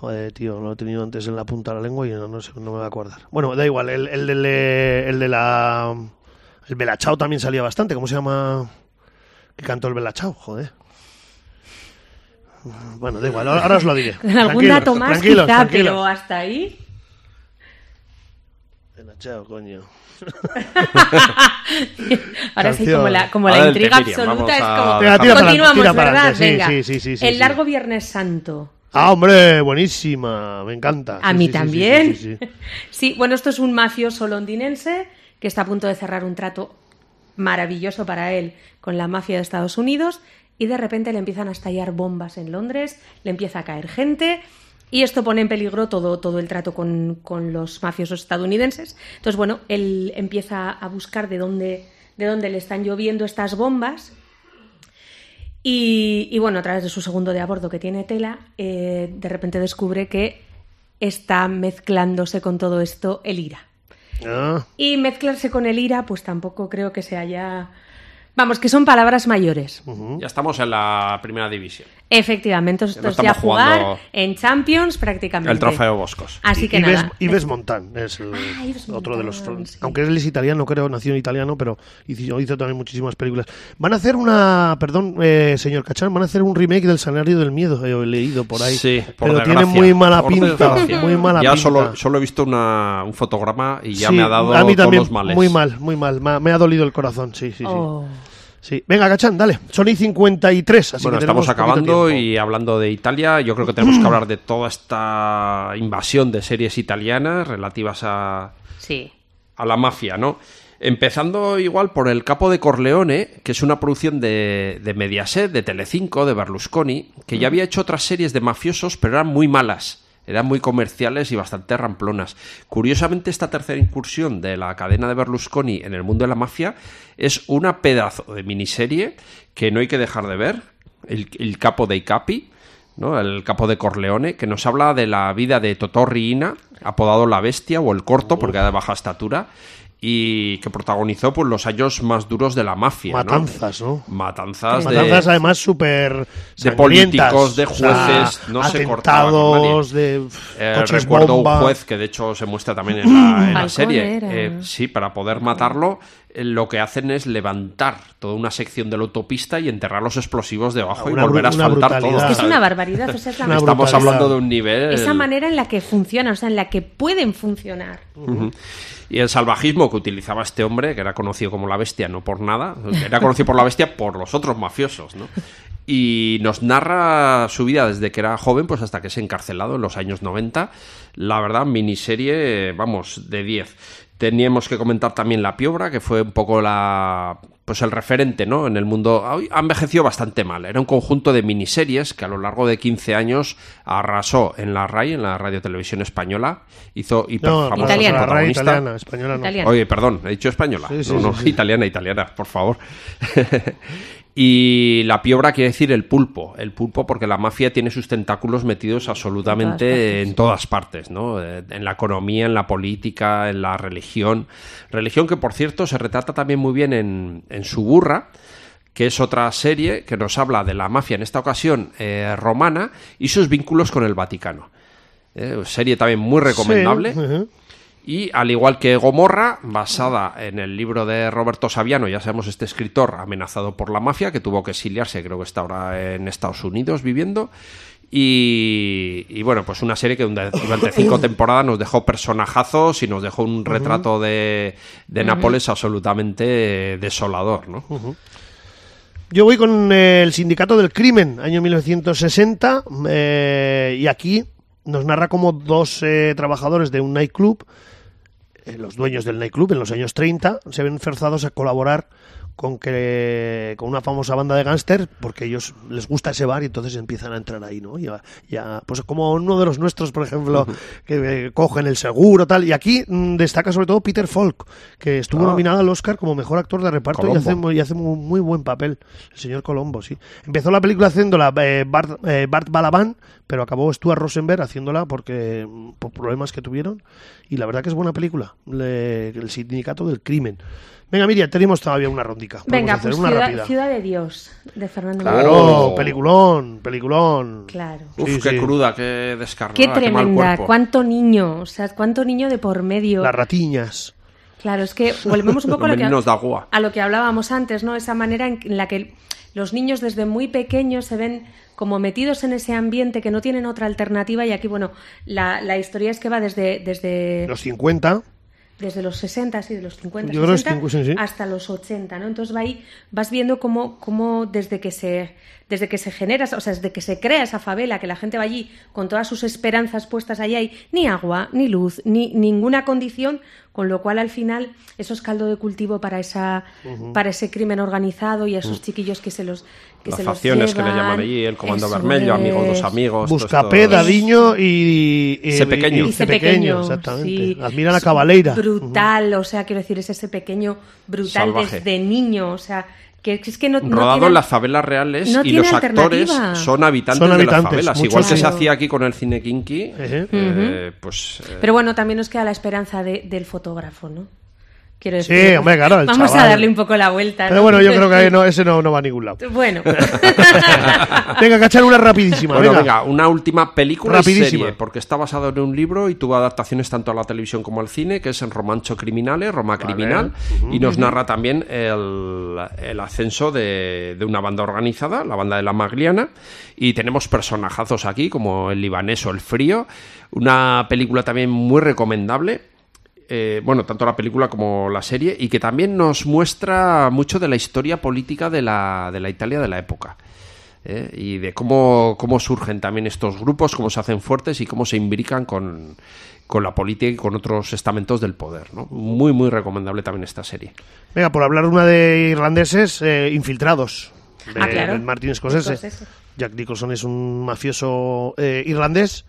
joder, tío, lo he tenido antes en la punta de la lengua y no, no sé, no me voy a acordar. Bueno, da igual, el, el, del, eh, el de la... El Belachao también salía bastante, ¿cómo se llama? Que cantó el Belachao, joder. Bueno, da igual, ahora, ahora os lo diré.
Algún
Tranquilos,
dato más
tranquilos,
quizá,
tranquilos.
pero hasta ahí.
Belachao, coño.
Ahora sí,
Canción.
como la, como
Ahora
la
del
intriga
Miriam,
absoluta es
vamos a-
como...
Venga, tira para adelante,
Continuamos,
tira para
¿verdad?
adelante, sí,
Venga.
sí, sí, sí, sí,
El
sí.
largo Viernes Santo.
Ah, hombre, buenísima, me encanta.
A
Sí, sí,
mí
sí, sí,
también. Sí,
sí, sí, sí.
bueno, esto es un mafioso londinense que está a punto de cerrar un trato maravilloso para él con la mafia de Estados Unidos y de repente le empiezan a estallar bombas en Londres, le empieza a caer gente y esto pone en peligro todo, todo el trato con, con los mafiosos estadounidenses. Entonces, bueno, él empieza a buscar de dónde, de dónde le están lloviendo estas bombas y, y bueno, a través de su segundo de a bordo que tiene tela, eh, de repente descubre que está mezclándose con todo esto el ira.
Ah,
Y mezclarse con el ira, pues tampoco creo que se haya... Vamos, que son palabras mayores.
Ya estamos en la primera división.
Efectivamente,
Ya no
nosotros ya
estamos
jugar
jugando
en Champions prácticamente.
El trofeo Boscos.
Así
Y-
que
y
nada.
Ves- y Ves Montan es el
Ah, Yves
otro de los.
Montand, sí.
Aunque él es italiano, creo, nació en italiano, pero hizo, hizo también muchísimas películas. Van a hacer una. Perdón, eh, señor Cachán, van a hacer un remake del Sanario del Miedo, he leído por ahí.
Sí, por
pero
desgracia,
tiene muy mala
por
pinta.
desgracia.
Muy mala
ya
pinta.
solo, solo he visto una- un fotograma y ya
Sí,
me ha dado
a mí
todos
también,
los males.
Muy mal, muy mal. Me ha, me ha dolido el corazón, sí, sí, sí.
Oh.
Sí. Venga, Cachán, dale. Son y 53, así
bueno,
que tenemos
estamos
poquito
acabando
tiempo.
y hablando de Italia, yo creo que tenemos que hablar de toda esta invasión de series italianas relativas a,
Sí.
a la mafia, ¿no? Empezando igual por El Capo de Corleone, que es una producción de, de Mediaset, de Telecinco, de Berlusconi, que ya había hecho otras series de mafiosos, pero eran muy malas, eran muy comerciales y bastante ramplonas. Curiosamente, esta tercera incursión de la cadena de Berlusconi en el mundo de la mafia es una pedazo de miniserie que no hay que dejar de ver, El, el Capo de Capi. ¿no? El capo de Corleone, que nos habla de la vida de Totorri Ina, apodado La Bestia o El Corto, porque era de baja estatura, y que protagonizó pues, los años más duros de la mafia. ¿no?
Matanzas, ¿no?
Matanzas, de-
Matanzas además súper
de
sangrientas,
políticos, de jueces, no se cortaba con nadie.
atentados, de pf,
Eh,
coches
recuerdo
bomba.
un juez que de hecho se muestra también en la, en la
Falcón
serie.
era.
Eh, sí, para poder matarlo, eh, lo que hacen es levantar toda una sección de la autopista y enterrar los explosivos debajo
Una
y volver a
bru- una
asfaltar todo.
brutalidad.
Es que es
¿sabes?
una barbaridad. O sea, es la
Una
mejor-
Estamos
brutalidad.
hablando de un nivel.
esa manera en la que funciona, o sea, en la que pueden funcionar.
Y el salvajismo que utilizaba este hombre, que era conocido como la bestia, no por nada, era conocido por la bestia por los otros mafiosos, ¿no? Y nos narra su vida desde que era joven, pues hasta que es encarcelado en los años 90. La verdad, miniserie, vamos, de 10. Teníamos que comentar también La Piobra, que fue un poco la pues el referente, ¿no? En el mundo Ay, ha envejecido bastante mal. Era un conjunto de miniseries que a lo largo de 15 años arrasó en la RAI, en la Radio Televisión Española, hizo hiper
No,
famoso
italiana.
italiana.
protagonista.
italiana, española no.
Italiana.
Oye, perdón, he dicho española.
Sí, sí,
no, no,
sí, sí.
italiana, italiana, por favor. y la piobra quiere decir el pulpo. El pulpo porque la mafia tiene sus tentáculos metidos absolutamente en todas partes, ¿no? Eh, En la economía, en la política, en la religión. Religión que, por cierto, se retrata también muy bien en, en su burra que es otra serie que nos habla de la mafia, en esta ocasión eh, romana, y sus vínculos con el Vaticano. Eh, serie también muy recomendable.
Sí, ujú.
Y al igual que Gomorra, basada en el libro de Roberto Saviano, ya sabemos este escritor amenazado por la mafia, que tuvo que exiliarse, creo que está ahora en Estados Unidos viviendo. Y, y bueno, pues una serie que dura- durante cinco temporadas nos dejó personajazos y nos dejó un retrato de, de Nápoles absolutamente eh, desolador, ¿no?
Yo voy con eh, el Sindicato del Crimen, año 1960, eh, y aquí nos narra cómo dos eh, trabajadores de un nightclub, eh, los dueños del nightclub en los años 30, se ven forzados a colaborar con, que, con una famosa banda de gángster porque ellos les gusta ese bar y entonces empiezan a entrar ahí, ¿no? Y a- y a- pues como uno de los nuestros, por ejemplo, que eh, cogen el seguro, tal. Y aquí mm, destaca sobre todo Peter Falk, que estuvo
Ah.
nominado al Oscar como mejor actor de reparto y hace
Colombo.
muy- y hace muy, muy buen papel el señor Colombo, sí. Empezó la película haciéndola eh, Bart, eh, Bart Balaban, pero acabó Stuart Rosenberg haciéndola porque mm, por problemas que tuvieron. Y la verdad que es buena película, le- El Sindicato del Crimen. Venga, Miriam, tenemos todavía una rondica. Podemos
Venga,
hacer
pues
una
ciudad,
rápida.
Ciudad de Dios, de Fernando
Claro.
Mora.
Claro, peliculón, peliculón.
Claro.
Uf,
Sí,
qué
sí.
cruda, qué descarnada,
Qué
Ah, qué mal
tremenda,
cuerpo.
cuánto niño, o sea, cuánto niño de por medio.
Las ratiñas.
Claro, es que volvemos un poco a
Los
lo que,
meninos de agua.
a lo que hablábamos antes, ¿no? Esa manera en en la que los niños desde muy pequeños se ven como metidos en ese ambiente que no tienen otra alternativa y aquí, bueno, la, la historia es que va desde, desde,
Los 50.
desde los 60, sí, de los 50,
Yo creo que
60,
es cincu- sí, sí.
hasta los 80, ¿no? Entonces va ahí, vas viendo cómo, cómo desde que se desde que se genera, o sea, desde que se crea esa favela, que la gente va allí con todas sus esperanzas puestas allá hay ni agua, ni luz, ni ninguna condición, con lo cual al final eso es caldo de cultivo para esa para ese crimen organizado y a esos chiquillos que se los que
Mm. Las
se los
facciones que le
llevan.
llaman allí, el Comando
Eso
Vermelho, Amigos dos
es.
Amigos. pues todo
Buscapé,
esto es-
Dadiño y. y-
Ese pequeño.
y- y
Ese
ese
pequeño,
pequeño, exactamente.
sí.
Admiran a
Es
Cabaleira.
Brutal, o sea, quiero decir, es ese pequeño brutal
Salvaje.
desde niño, o sea, que es que no. no
rodado
tiene-
en las favelas reales
no
y
tiene
los actores
alternativa.
son habitantes,
Son
de las
habitantes,
favelas.
muchos
Igual que
sí.
se hacía aquí con el cine kinky,
Ejé.
eh, pues... eh,
Pero bueno, también nos queda la esperanza de- del fotógrafo, ¿no? Quiero
Sí,
decir.
hombre, claro, el
Vamos
chaval.
a darle un poco la vuelta.
Pero
¿no?
bueno, yo creo que no, ese no, no va a ningún lado.
Bueno,
Venga, cachar una rapidísima.
Bueno,
venga.
venga, una última película
Rapidísima.
y serie, porque está basado en un libro y tuvo adaptaciones tanto a la televisión como al cine, que es en Romancho Criminale, Roma Criminal, y nos narra también el, el ascenso de, de una banda organizada, la banda de la Magliana, y tenemos personajazos aquí, como el libanés o el frío, una película también muy recomendable, eh, bueno, tanto la película como la serie, y que también nos muestra mucho de la historia política de la, de la Italia de la época. ¿eh? Y de cómo, cómo surgen también estos grupos, cómo se hacen fuertes y cómo se imbrican con, con la política y con otros estamentos del poder. ¿no? Muy, muy recomendable también esta serie.
Venga, por hablar una de irlandeses, eh, Infiltrados, de
Ah, claro.
de Martin Scorsese.
Scorsese.
Jack Nicholson es un mafioso eh, irlandés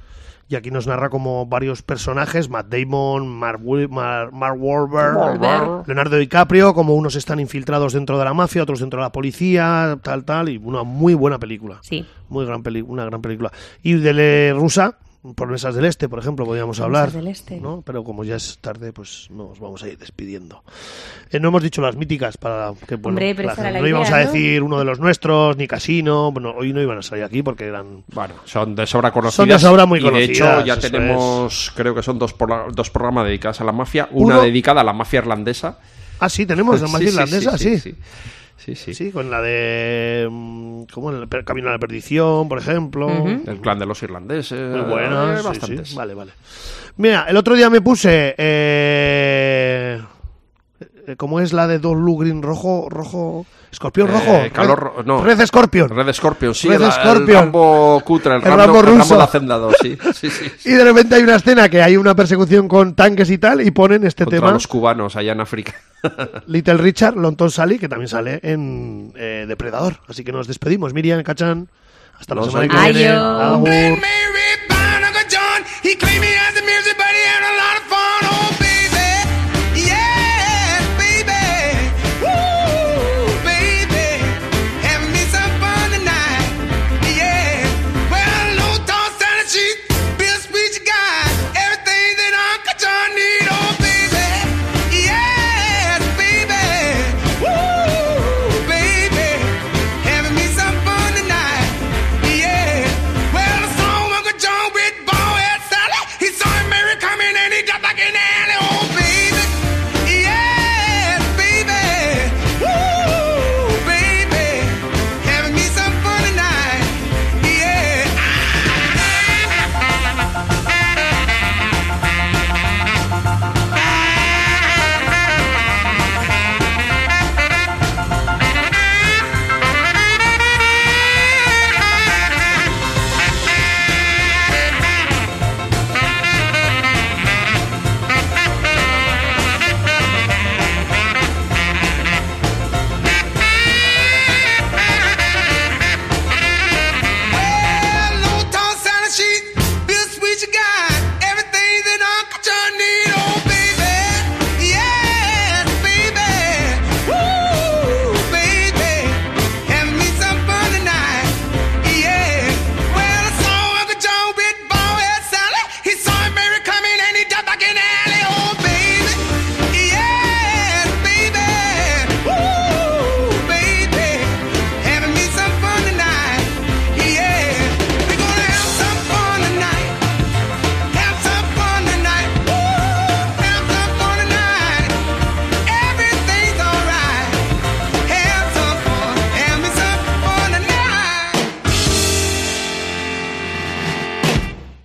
y aquí nos narra como varios personajes, Matt Damon, Mark, Wil- Mar- Mark Wahlberg,
Wahlberg.
Leonardo DiCaprio, como unos están infiltrados dentro de la mafia, otros dentro de la policía, tal, tal, y una muy buena película.
sí.
Muy gran peli una gran película. Y de le- rusa, Promesas del Este, por ejemplo, podríamos
Promesas
hablar.
del Este.
¿no? Pero como ya es tarde, pues nos vamos a ir despidiendo. Eh, no hemos dicho las míticas para que bueno,
Hombre, pero
la
esa era
gente-
la
no íbamos
idea,
a
¿no?
decir uno de los nuestros, ni Casino. Bueno, hoy no iban a salir aquí porque eran.
Bueno, son de sobra conocidas.
Son de sobra muy
y de hecho,
conocidas,
ya
eso
tenemos, creo que son dos, pro- dos programas dedicados a la mafia. Una
Uno-
dedicada a la mafia irlandesa.
Ah, sí, tenemos la más
Sí, sí,
irlandesa, sí.
sí. Sí, sí.
Sí, con la de. mm, ¿Cómo? El per- Camino a la Perdición, por ejemplo.
El clan de los irlandeses.
Muy
eh,
buenas, sí,
bastantes.
sí. Vale, vale. Mira, el otro día me puse. Eh, eh, ¿Cómo es la de Don Lugrin rojo? rojo ¿Escorpión
Eh,
rojo?
calor
Red-
ro- no.
Red Scorpion.
Red Scorpion, sí,
Red
el, el
Scorpion.
Rambo cutre, el,
El
Rambo,
Rambo
el Rambo
ruso.
de Hacendado, sí, sí, sí. sí.
Y este de repente hay una escena que hay una persecución con tanques y tal, y ponen este
Contra
tema.
los cubanos allá en África.
Little Richard, Lonton Sally, que también sale en eh, Depredador. Así que nos despedimos. Miriam, Cachan. Hasta la
Nos
semana que viene.
vemos.
Agur.
Mary Barnacle John, he claimed me as a music